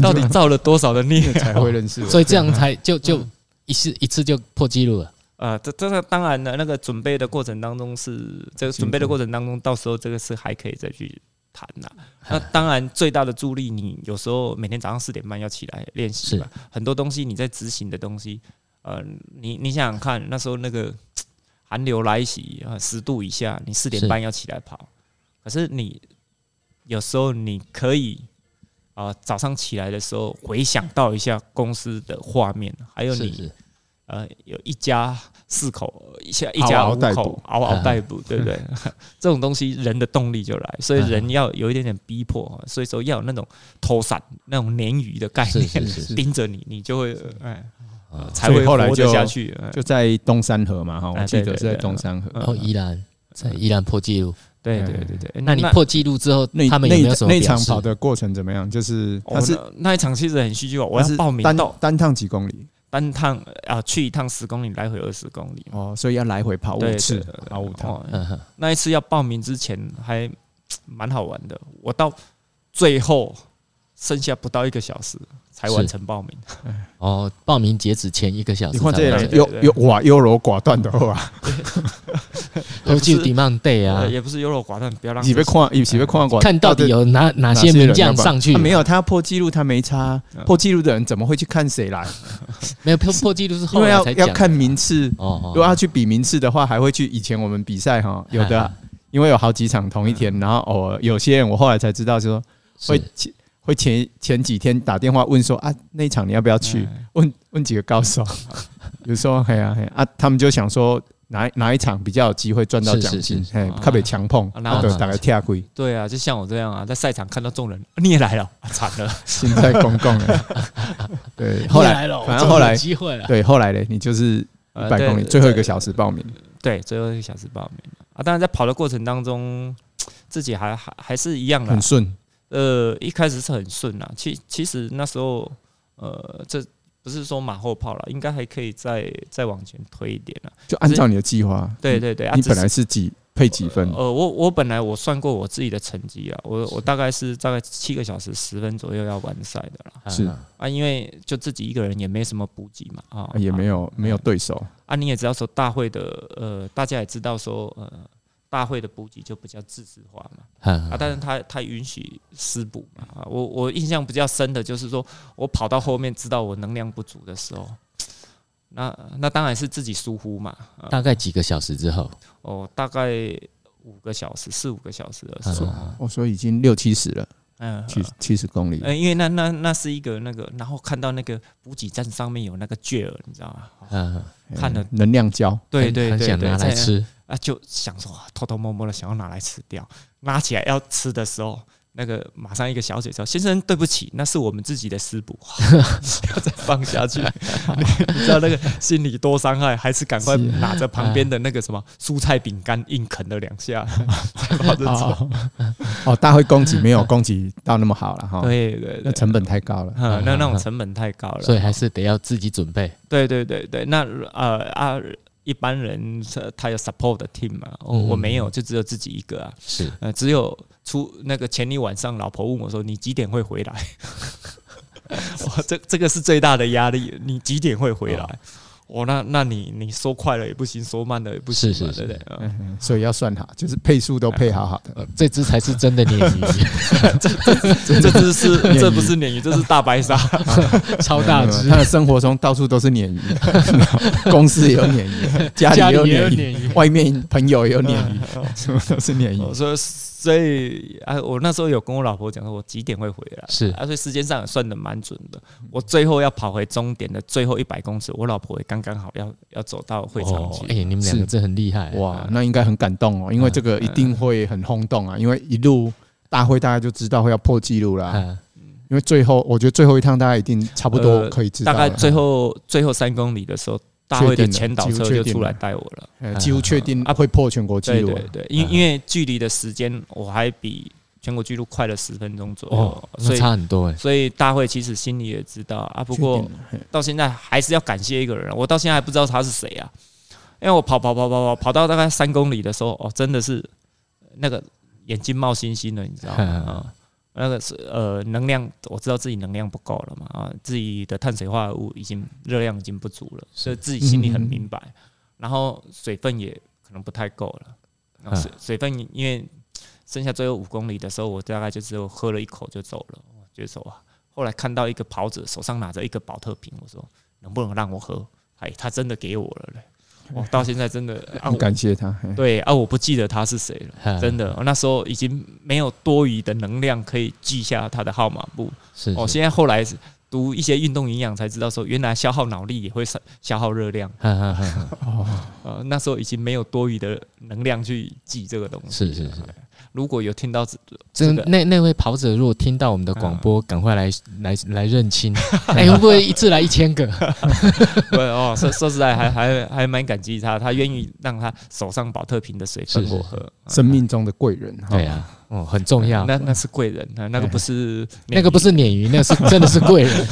S3: 到底造了多少的孽
S2: 才会认识我。
S1: 所以这样才就就
S2: 嗯
S1: 一次一次就破纪录了。
S3: 啊？这这个当然了，那个准备的过程当中是这个
S2: 辛苦
S3: 准备的过程当中，到时候这个是还可以再去谈啦。那当然，最大的助力，你有时候每天早上四点半要起来练习吧，很多东西你在执行的东西，呃，你你想想看，那时候那个寒流来袭啊，十度以下，你四点半要起来跑，可是你有时候你可以啊、呃早上起来的时候回想到一下公司的画面，还有
S1: 是
S3: 你
S1: 是，
S3: 呃，有一家四口，一下一
S2: 嗷
S3: 家
S2: 嗷
S3: 五
S2: 待
S3: 口
S2: 哺，
S3: 嗷嗷待 哺，对不对？ 这种东西人的动力就来，所
S2: 嗯
S3: 以人要有一点点逼迫，所以说要有那种偷伞、那种鲶鱼的概
S1: 是是
S3: 念，
S1: 是是
S3: 盯着你，你就会哎
S1: 啊
S3: 才
S2: 所以
S3: 会
S2: 后来
S3: 活得
S2: 就
S3: 下去。哎
S2: 就在东山河嘛，哈，
S3: 哎
S2: 我记
S3: 对
S2: 得
S3: 对
S2: 是在
S3: 对
S2: 东山河。
S3: 嗯
S1: 哦，依然在依然破纪录。
S2: 哎
S3: 对对对对，
S1: 那你破纪录之后
S2: 嗯那，
S1: 他们有没有什
S2: 那
S1: 么
S2: 那
S1: 表
S2: 场
S1: 示
S2: 跑的过程怎么样？就是
S3: 我
S2: 它是
S3: 哦那那一场其实很戏剧化，我
S2: 它
S3: 要
S2: 是
S3: 报名
S2: 单
S3: 到
S2: 单趟几公里
S3: 单趟啊，去一趟十公里，来回二十公里。
S2: 哦，所以要来回跑
S3: 对
S2: 五次
S3: 对，
S2: 跑五趟。
S3: 哦，
S1: 嗯哼
S3: 那一次要报名之前还蛮好玩的，我到最后剩下不到一个小时才完成报名，
S1: 哦，报名截止前一个小时
S2: 你
S1: 才
S2: 看
S1: 完
S2: 这
S1: 成，
S2: 人
S3: 对对
S2: 优
S3: 对
S2: 优哇优柔寡断的话，
S1: 何惧
S3: 不是
S1: demand day 啊
S2: 哎
S3: 呃？也不是优柔寡断，不要让
S2: 你被看，你是被看过，
S1: 看到底有哪哪些名将上去？
S2: 啊没有，他要破纪录，他没差
S3: 嗯。
S2: 破纪录的人怎么会去看谁来？
S1: 没有破破纪录是
S2: 因
S1: 后
S2: 为
S1: 来
S2: 要
S1: 才
S2: 要
S1: 讲的
S2: 看名啊次。
S1: 哦
S2: 如果
S1: 哦
S2: 要去比名次的话，还会去以前我们比赛 哈，有的
S1: 嗯
S2: 因为有好几场同一天，然后偶尔有些人我后来才知道说
S1: 是
S2: 会前会前前几天打电话问说啊那一场你要不要去？
S1: 嗯
S2: 问问几个 高手，有时候嘿呀嘿啊啊，他们就想说哪一哪一场比较有机会赚到
S1: 是
S2: 奖
S1: 是
S2: 金，
S1: 是哦
S2: 嘿
S3: 啊，
S2: 特别强碰，
S3: 啊
S2: 啊，就大概跳开，
S3: 对啊，就像我这样啊，在赛场看到众人， 你也来了，啊惨了，
S2: 现在公共了。 对，后来
S1: 了
S2: 反正后来
S1: 机会了，
S2: 对后来嘞，你就是
S3: 呃
S2: 一百公里
S3: 对
S2: 最后一个小时报名，
S3: 对，最后一个小时报名啊，当然在跑的过程当中，自己还还还是一样啦
S2: 很，顺，
S3: 呃，一开始是很顺啦，其其实那时候，呃，这不是说马后炮了，应该还可以再再往前推一点啦。
S2: 就按照你的计划。
S3: 对对对，
S2: 嗯
S3: 啊、
S2: 你
S3: 只是
S2: 本来是几配几分？
S3: 呃，我我本来我算过我自己的成绩啊，我我大概是大概七个小时十分左右要完赛的啦。
S2: 是
S1: 啊
S3: 啊，因为就自己一个人也没什么补给嘛，啊
S2: 啊，也没
S3: 有
S2: 有没有对手，
S3: 啊，你也知道说大会的呃，大家也知道说呃，大会的补给就比较自制化嘛，
S1: 嗯
S3: 啊，但是他他允许私补嘛，啊，我我印象比较深的就是说我跑到后面知道我能量不足的时候，那那当然是自己疏忽嘛，啊
S1: 大概几个小时之后，
S3: 哦，大概五个小时四五个小时的时候，
S1: 嗯
S2: 我说哦已经六七十了，
S3: 嗯，
S2: 七七十公里，
S3: 嗯，因为那那那是一个那个，然后看到那个补给站上面有那个券儿，你知道吗？
S1: 嗯，
S3: 看了，
S2: 哎能量胶，
S3: 对
S1: 很
S3: 对
S1: 很
S3: 对
S1: 想
S3: 对，
S1: 拿来
S3: 在
S1: 吃，
S3: 啊，就想说啊偷偷摸摸的想要拿来吃掉，拉起来要吃的时候，那个马上一个小姐说：“先生，对不起，那是我们自己的 私补，不要再放下去。你”你知道那个心里多伤害，还是赶快
S2: 是
S3: 拿着旁
S1: 啊
S3: 边的那个什么蔬菜饼干硬啃了两 下，才把这走。
S2: 哦，哦大会供给 没有供给到那么好了
S1: 哦
S2: 哈，
S3: 对对
S2: 那
S3: 对，
S2: 成本太高了。
S3: 嗯，那那种成本太高了，
S1: 所以还是得要自己准备。
S3: 对对对对，那呃啊，一般人呃他有 support 的 team 嘛，我、
S1: 嗯
S3: 我没有，就只有自己一个啊，
S1: 是
S3: 呃，只有出那个前一晚上，老婆问我说你几点会回来？ 哇，这这个是最大的压力，你几点会回来？哦，那那你你说快了也不行，说慢了也不行嘛，
S1: 是是是
S3: 对不对？嗯
S2: 嗯嗯所以要算好，就是配速都配好好的。
S1: 呃这只才是真的鲶鱼，
S3: 这这 只是
S2: 鲶鱼
S3: 这不是鲶鱼，这是大白鲨。
S1: 超大只，
S2: 嗯他的生活中到处都是鲶鱼， 公司也有鲶 鱼，
S1: 家
S2: 家里
S1: 里也有
S2: 有鲶
S1: 鲶鱼
S2: 鱼，外面朋友也有鲶鱼，
S3: 嗯
S2: 什么都是鲶
S3: 我
S2: 鱼。
S3: 说，所以啊，我那时候有跟我老婆讲说，我几点会回来，
S1: 是
S3: 啊，所以时间上也算的蛮准的。我最后要跑回终点的最后一百公尺，我老婆也刚刚好要要走到会场
S1: 哦
S3: 去，，
S1: 哎，你们两个
S2: 是
S1: 真很厉
S3: 哎
S1: 害，
S2: 哇，那应该很感动哦，因为这个一定会很轰动啊，因为一路大会大家就知道会要破纪录
S3: 哎
S2: 啦。
S1: 啊，
S2: 因为最后，我觉得最后一趟大家一定差不多
S3: 呃
S2: 可以知道
S3: 大
S2: 了，
S3: 概最后最后三公里的时候，大会
S2: 确
S3: 的
S2: 定了
S3: 前导
S2: 几乎
S3: 车
S2: 确
S3: 就
S2: 定
S3: 出来
S2: 了
S3: 带我了。
S2: 呃几乎确定啊会破全国纪
S3: 对
S2: 录
S3: 对
S2: 啊。
S3: 对，因
S1: 嗯
S3: 因为距离的时间我还比全国纪录快了十分钟左
S1: 哦
S3: 右，，
S1: 那
S3: 所以
S1: 差很多哎，
S3: 所以大会其实心里也知道啊，不
S2: 确
S3: 过
S2: 定了嘿
S3: 到现在还是要感谢一个人，我到现在还不知道他是谁啊，因为我跑跑跑跑跑跑到大概三公里的时候，哦，真的是那个眼睛冒星星了，你知道吗？啊那个是呃，能量我知道自己能量不够了嘛啊，自己的碳水化合物已经热量已经不足了，所以自己心里很明白。然后水分也可能不太够了，然后水水分因为剩下最后五公里的时候，我大概就只有喝了一口就走了，我就走啊。后来看到一个跑者手上拿着一个保特瓶，我说能不能让我喝？哎，他真的给我了嘞！我哦到现在真的啊，
S2: 很
S3: 我
S2: 感谢他。哎嘿
S3: 对啊，我不记得他是谁了，
S1: 哈
S3: 真的，我那时候已经没有多余的能量可以记下他的号码布。
S1: 是
S3: 哦，
S1: 是
S3: 现在后来读一些运动营养才知道说，原来消耗脑力也会消消耗热量。
S1: 哈哈哈哈，
S3: 呃，那时候已经没有多余的能量去记这个东西。
S1: 是是是。
S3: 如果有听到这
S1: 真
S3: 这个
S1: 那那位跑者如果听到我们的广播，赶快来来来认亲，哎，会不会一次来一千个？
S3: 对哦，说说实在还还还蛮感激他，他愿意让他手上保特瓶的水分
S1: 是是
S3: 我喝，啊
S2: 生命中的贵人，哈
S1: 对，啊，哦，很重要。哎
S3: 那那是贵人，那那个不是
S1: 那个不是鲶鱼，那是真的是贵人。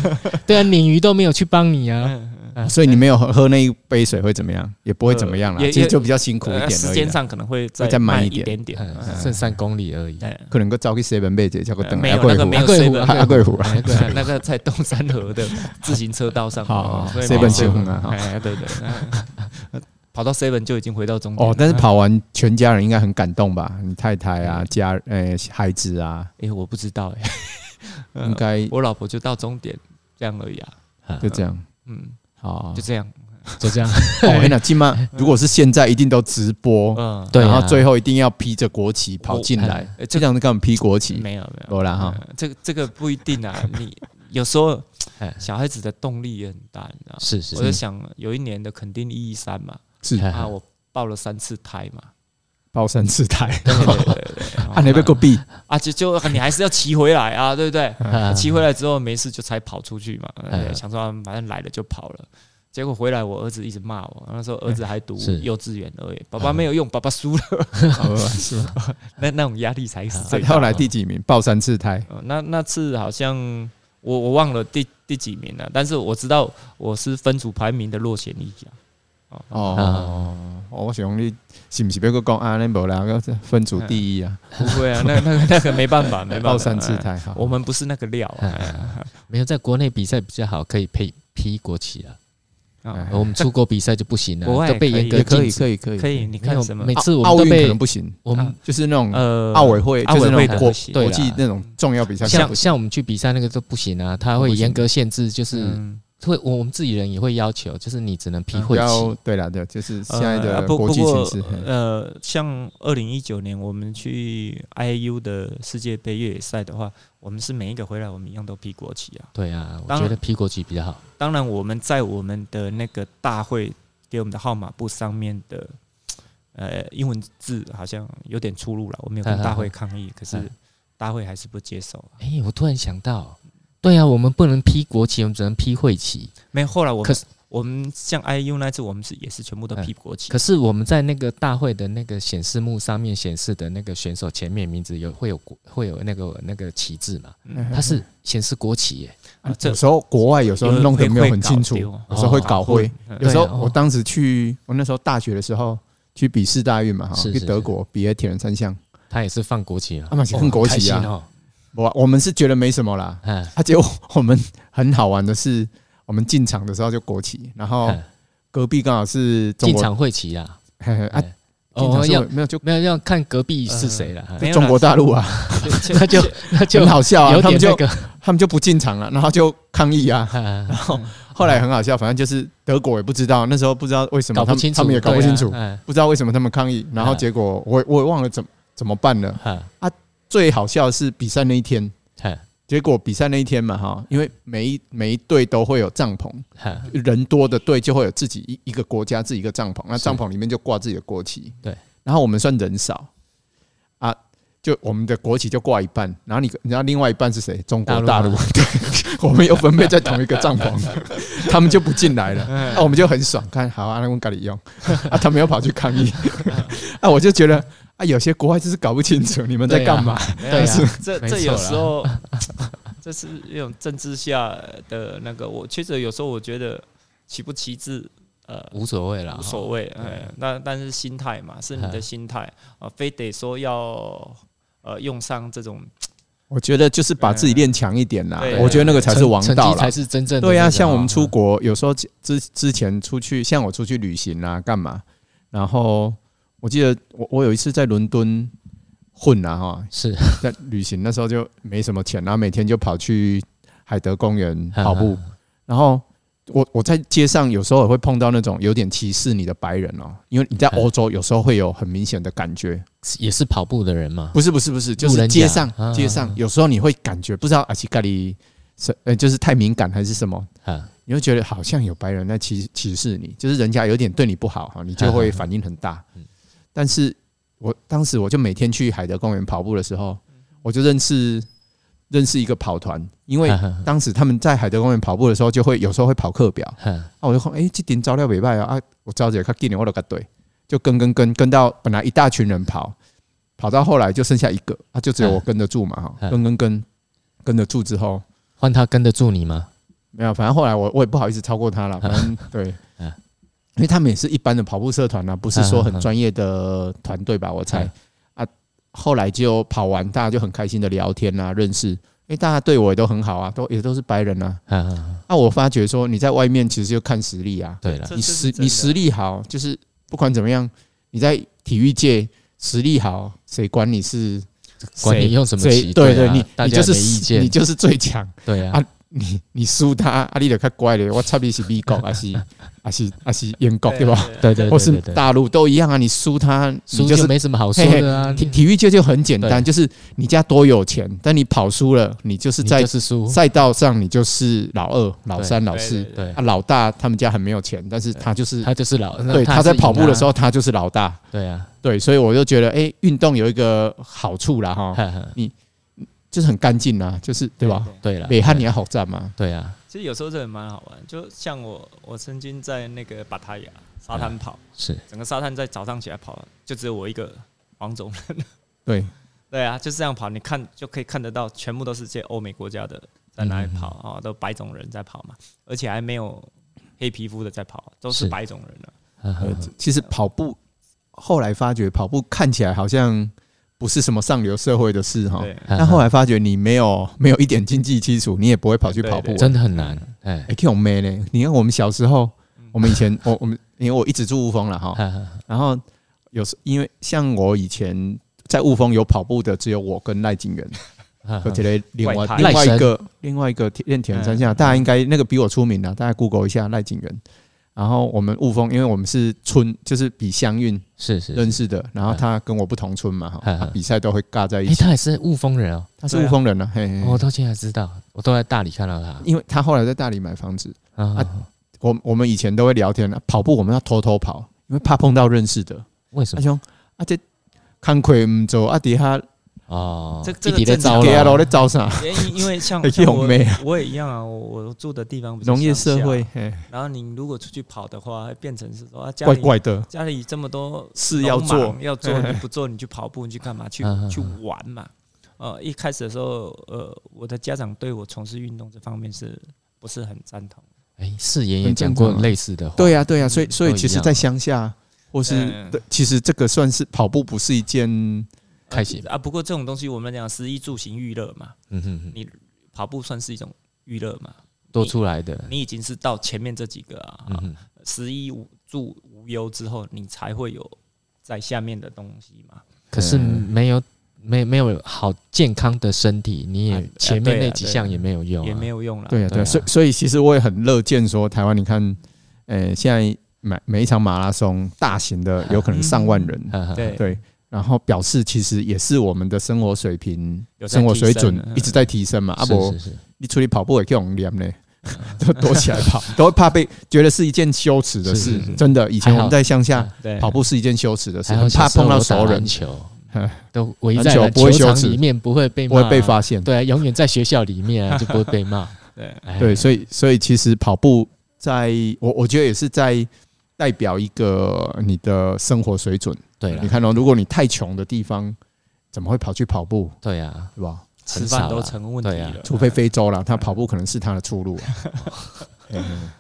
S1: 对啊，鲶鱼都没有去帮你啊。
S2: 所以你没有喝喝那一杯水会怎么样？也不会怎么样啦，
S3: 呃也
S2: 其实就比较辛苦
S1: 啊
S2: 一
S3: 呃
S2: 点
S3: 时
S2: 而已
S3: 间
S2: 啦。
S3: 上可能会再
S2: 会再慢
S3: 慢
S2: 一
S3: 一
S2: 点
S3: 点点。
S1: 嗯
S3: 嗯
S1: 剩三公里而已。
S3: 嗯
S2: 可能个招去 seven 杯姐叫个等
S3: 呃
S2: 啊
S3: 没
S2: 下
S3: 有
S2: 贵
S3: 那个
S2: 湖
S3: 没有
S1: 阿贵湖，
S2: 阿贵湖啊
S3: seven
S1: 阿贵湖
S3: 对，那个在东山 河的自行车道上，
S2: 好
S3: 所以
S2: ，seven
S3: 没有
S2: 起哄啊好
S3: 哎，对对，那 跑到 seven 就已经回到终点了。
S2: 哦，但是跑完全家人应该很感动吧？你太太
S3: 嗯
S2: 啊，家诶、孩子啊，
S3: 哎，我不知道哎，
S2: 应该
S3: 我老婆就到终点这样而已啊，
S2: 就这样。
S3: 嗯，
S2: 好，
S3: 就这样，
S1: 就这样。
S2: 哦我跟你讲，金妈，啊 如果是现在，一定都直播，
S3: 嗯，
S1: 对啊
S2: 然后最后一定要披着国旗跑进来
S3: 哎，
S2: 这样子干嘛披国旗？
S3: 没有没
S1: 哦
S3: 有，
S2: 有
S1: 啊
S2: 啦哈，
S3: 呃这个这个不一定啊，你有时候
S1: 哎
S3: 小孩子的动力也很大，你知道吗？
S1: 是是
S3: 我就想有一年的肯定一一三嘛，
S2: 是
S1: 哎
S3: 啊，我报了三次胎 嘛，
S2: 包山吃台，
S3: 对对对对对，
S2: 啊，那边够毙，
S3: 啊就就你还是要骑回来啊，对不对？
S1: 啊
S3: 骑回来之后没事就才跑出去嘛，
S1: 哎
S3: 呃想说啊反正来了就跑了。结果回来，我儿子一直骂我。那时候儿子还读
S1: 是啊
S3: 幼稚园而已，爸爸没有用，爸爸输了。
S2: 好吧哦是吧？
S3: 那那种压力才是最大的。
S2: 啊后来第几名？爆山吃台，
S3: 呃那那次好像我我忘了第第几名了，但是我知道我是分组排名的落选一甲。
S2: 哦，哦我想你是不是别个讲啊？那无啦，我分组第一啊，
S3: 不会啊，那那个那个没办 法，没办法。
S2: 爆山吃
S3: 哎
S2: 台哈。
S3: 我们不是那个料啊。
S2: 哎
S1: 没有在国内比赛比较好，可以披披国旗啊。
S3: 哎
S2: 哎
S3: 啊
S1: 我们出国比赛就不行
S3: 国
S1: 了，
S3: 外
S1: 都被严格
S2: 也可
S1: 禁
S2: 以，
S1: 止。
S2: 可以，可以，
S3: 可以，你
S1: 没
S3: 看
S1: 有
S3: 什么？
S1: 每
S2: 奥。
S1: 次我们
S2: 奥
S1: 都
S2: 运可
S1: 被
S2: 能不行，
S1: 我们
S2: 就是那种
S3: 呃，
S2: 奥委会，
S3: 奥
S2: 就是
S3: 委
S2: 那种
S3: 会的
S2: 国
S3: 不行
S1: 对
S2: 国
S1: 啦
S2: 际那种重要比赛，
S1: 像像我们去比赛那个都不行啊，他会
S2: 不行
S1: 严格限制，就是
S3: 嗯
S1: 会我我们自己人也会要求，就是你只能披
S2: 嗯
S1: 会
S2: 要
S1: 旗。
S2: 对啦，对，就是现
S3: 呃
S2: 在
S3: 啊
S2: 的
S3: 不
S2: 国
S3: 不
S2: 际
S3: 过
S2: 形势。嘿
S3: 呃，像二零一九年我们去 IAU 的世界杯越野赛的话，我们是每一个回来我们一样都披国旗啊。
S1: 对啊，我
S3: 当然
S1: 觉得披国旗比较好。
S3: 当然，我们在我们的那个大会给我们的号码簿上面的呃英文字好像有点出入了，我们有跟大会抗议，可
S2: 嗯
S3: 是大会还是不接受、啊。
S1: 哎、我突然想到，对啊，我们不能披国旗，我们只能披会旗。
S3: 没有，后来我
S1: 可
S3: 们
S1: 是
S3: 我们像 IU 那次，我们是也是全部都披国旗
S1: 可，是我们在那个大会的那个显示幕上面显示的那个选手前面名字有会有国会有那个那个旗帜嘛？
S3: 嗯
S1: 它是显示国旗耶、
S3: 啊这
S2: 有时候国外有时候弄得没有很清楚，
S3: 有
S2: 有时候会搞混。
S3: 嗯
S2: 有时候
S1: 对啊哦
S2: 我当时去，我那时候大学的时候去比世大运嘛，哈，
S1: 是
S2: 去
S1: 是
S2: 德国比了铁人三项，
S1: 它也是放国旗啊
S2: 他，们是跟国旗
S1: 很开心
S2: 啊，
S1: 哦，
S2: 我我们是觉得没什么啦，
S1: 哎
S2: 啊，结果我们很好玩的是，我们进场的时候就国旗，然后
S1: 哎
S2: 隔壁刚好是中
S1: 进
S2: 国，
S1: 场会齐啦。
S2: 嘿嘿啊，
S1: 哎
S2: 进场
S1: 哦，
S2: 是
S1: 要
S2: 没有就
S1: 没有要看隔壁是谁了，
S3: 没有啦
S2: 中国大 陆啊，
S1: 那 就那就
S2: 很好笑啊，
S1: 有
S2: 他
S1: 点那
S2: 们就
S1: 个。
S2: 他们就不进场了，然后就抗议啊。
S1: 啊
S2: 后来很好笑，反正就是德国也不知道，那时候不知道为什么
S1: 搞
S2: 他
S1: 不
S2: 们
S1: 清楚，
S2: 他们也搞不清楚，
S1: 对啊
S2: 不知道为什么他们抗议，然后
S1: 啊
S2: 结果我我也忘了怎么怎么办了。
S1: 嗯，啊
S2: 最好笑的是比赛那一天，
S1: 啊
S2: 结果比赛那一天嘛哈，因为每一每一队都会有帐篷，
S1: 啊
S2: 人多的队就会有自己一一个国家自己一个帐篷，那
S1: 是
S2: 帐篷里面就挂自己的国旗。
S1: 对，
S2: 然后我们算人少啊，就我们的国旗就挂一半，然后你你知道另外一半是谁？中国大
S1: 大
S2: 陆
S1: 陆吗，
S2: 对，我们又分配在同一个帐 篷，他们就不进来了，
S1: 嗯
S2: 那、我们就很爽，看好啊，那我们咖喱用 啊，他们又跑去抗 议，啊，我就觉得啊，有些国外就是搞不清楚你们在干嘛，
S3: 没
S1: 对
S3: 有
S1: 啊
S3: 啦这
S1: 没
S3: 这
S1: 错
S3: 有
S1: 啦
S3: 时候， 这是一种政治下的那个。我确实有时候我觉得旗不旗帜，呃，
S1: 无所
S2: 啊
S1: 谓啦，
S3: 无所谓。哎，
S2: 嗯
S3: 那但是心态嘛，是你的
S1: 嗯
S3: 心态啊、呃非得说要呃用上这种
S2: 我觉得就是把自己练强一点啦
S3: 对，
S2: 我觉得那个才
S1: 啊成
S2: 是王道
S1: 成绩
S2: 啦
S1: 才。是真正的那个。
S2: 对呀、像我们出
S1: 嗯
S2: 国，有时候之之前出去，像我出去旅行啊，干嘛？然后我记得我我有一次在伦敦混啊哈，
S1: 是
S2: 在旅行那时候就没什么钱，然后每天就跑去海德 公园跑步，然后。我我在街上有时候也会碰到那种有点歧视你的白人哦，因为 你在欧洲有时候会有很明显的感觉，
S1: 也是跑步的人嘛，
S2: 不是不是不是，就
S1: 路
S2: 是
S1: 人甲
S2: 街上
S1: 啊
S2: 街上有时候你会感觉不知道阿奇咖喱是呃就是太敏感还是什么，
S1: 啊，
S2: 你会觉得好像有白人在歧歧视你，就是人家有点对你不好哈，你就会反应很大
S1: 嗯。
S2: 但是我当时我就每天去海德公园跑步的时候，我就认识认识一个跑团，因为
S1: 啊啊
S2: 当时他们在海德公园跑步的时候，就会有时候会跑课表，
S1: 啊
S2: 啊，我就看，诶，这顶招料袂歹啊，啊，我招姐较紧的，我都跟对，就跟跟跟跟到本来一大群人跑，跑到后来就剩下一个，啊，就只有我跟得住嘛哈，
S1: 嗯
S2: 跟跟跟跟得住之后，
S1: 换他跟得住你吗？
S2: 没有，反正后来我我也不好意思超过他了，反 正对，
S1: 嗯
S2: 因为他们也是一般的跑步社团啊，不是说很专业的团队吧，我猜
S1: 嗯
S2: 啊，后来就跑完，大家就很开心的聊天啊，认识，因为大家对我也都很好啊，都也都是白人啊，
S1: 啊啊，啊
S2: 啊，我发觉说你在外面其实就看实力啊，
S1: 对了
S3: 这，
S2: 你
S3: 是
S2: 实
S3: 真
S2: 你
S3: 的
S2: 实力好，就是不管怎么样，你在体育界实力好，谁管你是
S1: 管你
S2: 谁
S1: 用什么
S2: 谁？
S1: 旗，
S2: 对
S1: 对啊
S2: 你
S1: 大
S2: 你
S1: 家
S2: 就是
S1: 没意见，
S2: 你就是最强，
S1: 对啊
S2: 啊，你你输他，啊你就较乖咧。我插你是美国还是还是还是英国对吧？？
S1: 对对，对
S2: 或是
S1: 对对
S2: 大陆都一样啊，你输他，
S1: 输
S2: 你就是
S1: 就没什么好说
S2: 嘿嘿
S1: 的啊，
S2: 体
S1: 你
S2: 体育界就很简单，
S1: 对
S2: 就是你家多有钱，但你跑输了，你就是
S1: 你
S2: 在
S1: 就是输，
S2: 赛道上你就是老二、老三、老四。
S1: 对
S2: 啊，，老大他们家很没有钱，但是他就是
S1: 他就是老，那
S2: 对，他在
S1: 是赢
S2: 跑步的
S1: 啊
S2: 时，候，他就是老大。
S1: 对啊，
S2: 对，所以我就觉得，哎，运动有一个好处啦，哈，
S1: 哈哈
S2: 就是很干净啊，就是对吧？？
S1: 对了，
S2: 北汉你要好站嘛，
S1: 对啊，
S3: 其实有时候真的蛮好玩，就像我，我曾经在那个巴塔雅沙滩跑，
S2: 嗯
S1: 是
S3: 整个沙滩在早上起来跑，就只有我一个黄种人。
S2: 对，
S3: 对啊，就是这样跑，你看就可以看得到，全部都是这些欧美国家的在哪里
S2: 嗯
S3: 跑啊、都白种人在跑嘛，而且还没有黑皮肤的在跑，都是
S1: 是
S3: 白种人了、
S1: 哈哈
S2: 呃，其实跑步后来发觉，跑步看起来好像不是什么上流社会的事哈。
S3: 对，
S1: 哈
S2: 但后
S1: 哈
S2: 来发觉，你没有没有一点经济基础，你也不会跑去跑步
S3: 对。
S1: 真的很难，哎，
S2: 哎，看我妹呢？你看我们小时候，
S1: 嗯
S2: 我们以前，我我们因为我一直住雾峰了哈，
S1: 哈哈
S2: 然后有时因为像我以前在雾峰有跑步的，只有我跟赖景元，
S1: 哈
S2: 而
S1: 哈
S2: 且嘞另外
S3: 嗯外派嗯
S2: 另外一
S1: 赖
S2: 个另外一个铁练铁人三项，大家应该那个比我出名了，啊大家 Google 一下赖景元。然后我们雾峰，因为我们是村，就是比乡运
S1: 是是，
S2: 认识的，然后他跟我不同村嘛，哈，
S1: 嗯
S2: 他比赛都会尬在一
S1: 哎，
S2: 起。
S1: 他也哦是雾峰人哦，
S2: 他是雾峰人啊，嘿嘿
S1: 我
S2: 嘿，
S1: 到现在才知道，我都在大理看到他
S2: 因为他后来在大理买房子，
S1: 啊，
S2: 我我们以前都会聊天，啊跑步我们要偷偷跑，因为怕碰到认识的。
S3: 嗯
S1: 为什
S2: 阿
S1: 么？
S2: 兄，啊这康奎唔做，啊底下
S1: 哦，
S3: 这这
S1: 弟弟
S3: 个
S1: 在
S3: 正常
S1: 招
S3: 好
S2: 底下
S1: 了
S2: 佬在招 啥？
S3: 因因为 像
S2: 哎
S3: 像
S2: 有
S3: 我
S2: 没啊
S3: 我也一样啊，我我住的地方比较
S2: 农业
S3: 乡
S2: 社
S3: 下
S2: 会，，嘿
S3: 然后你如果出去跑的话，会变成是说啊，家
S2: 怪
S3: 里
S2: 怪的。
S3: 家里这么多
S2: 事要
S3: 农
S2: 做
S3: 忙要 做你不做你去跑步，你去干嘛？去
S1: 嗯嗯
S3: 去玩嘛。呃，一开始的时候，呃，我的家长对我从事运动这方面是不是很赞同？
S1: 哎，誓言也
S2: 很
S1: 讲
S2: 正
S1: 过
S2: 常啊
S1: 类似的话，
S2: 对呀、对呀、所以
S1: 嗯
S2: 所以
S1: 都一
S2: 其实，
S1: 样
S2: 在乡下或是
S3: 嗯
S2: 对其实这个算是跑步，不是一件
S1: 开心
S3: 啊！不过这种东西我们讲食衣住行娱乐嘛，
S1: 嗯哼哼，
S3: 跑步算是一种娱乐嘛。
S1: 多出来的，
S3: 你已经是到前面这几个啊，
S1: 嗯哼，
S3: 十一无住无忧之后，你才会有在下面的东西嘛。
S1: 可是
S2: 嗯
S1: 没有没没有好健康的身体，你
S3: 啊
S2: 哎
S1: 也前面
S3: 对啊
S1: 那几
S3: 对啊
S1: 项也没有用、
S3: 也没
S1: 有。
S3: 有用了。
S2: 对啊，对
S1: 对啊
S2: 啊，所以所以其实我也很乐见说，台湾你看，呃，现在每每一场马拉松，大型的有可能上万人，
S1: 呵呵
S3: 对
S2: 啊对，然后表示其实也是我们的生活水平、
S3: 有在
S2: 生活水
S3: 提
S2: 准
S3: 升嗯
S2: 一直在提升嘛。阿
S1: 是
S2: 伯
S1: 是，是，
S2: 你出去跑步也可以用练呢，都躲起来跑，都会怕被觉得是一件羞耻的
S1: 是
S2: 事
S1: 是是。
S2: 真的，以前
S1: 还好
S2: 我们在乡下
S1: 嗯
S3: 对，
S2: 跑步是一件羞耻的事，
S1: 还好
S2: 很
S1: 小
S2: 怕
S1: 时候
S2: 碰到
S1: 我打
S2: 熟人
S1: 篮，球
S2: 嗯，
S1: 都围
S2: 篮
S1: 在
S2: 球
S1: 篮
S2: 不会
S1: 球
S2: 羞
S1: 场
S2: 耻
S1: 里面，不会被
S2: 不会
S1: 骂
S2: 被
S1: 啊
S2: 发现。
S1: 对啊，永远在学校里面啊，就不会被骂。
S3: 对
S1: 哎
S2: 对，所以所以其实跑步在我我觉得也是在代表一个你的生活水准。
S1: 对
S2: 你
S1: 了，
S2: 看哦，如果你太穷的地方，怎么会跑去跑步，
S1: 对啊，
S2: 对吧？
S3: 吃
S1: 很少
S3: 饭都
S1: 啦
S3: 成问题
S1: 对啊
S3: 了，
S2: 除非非洲啦，他跑步可能是他的出路啊、嗯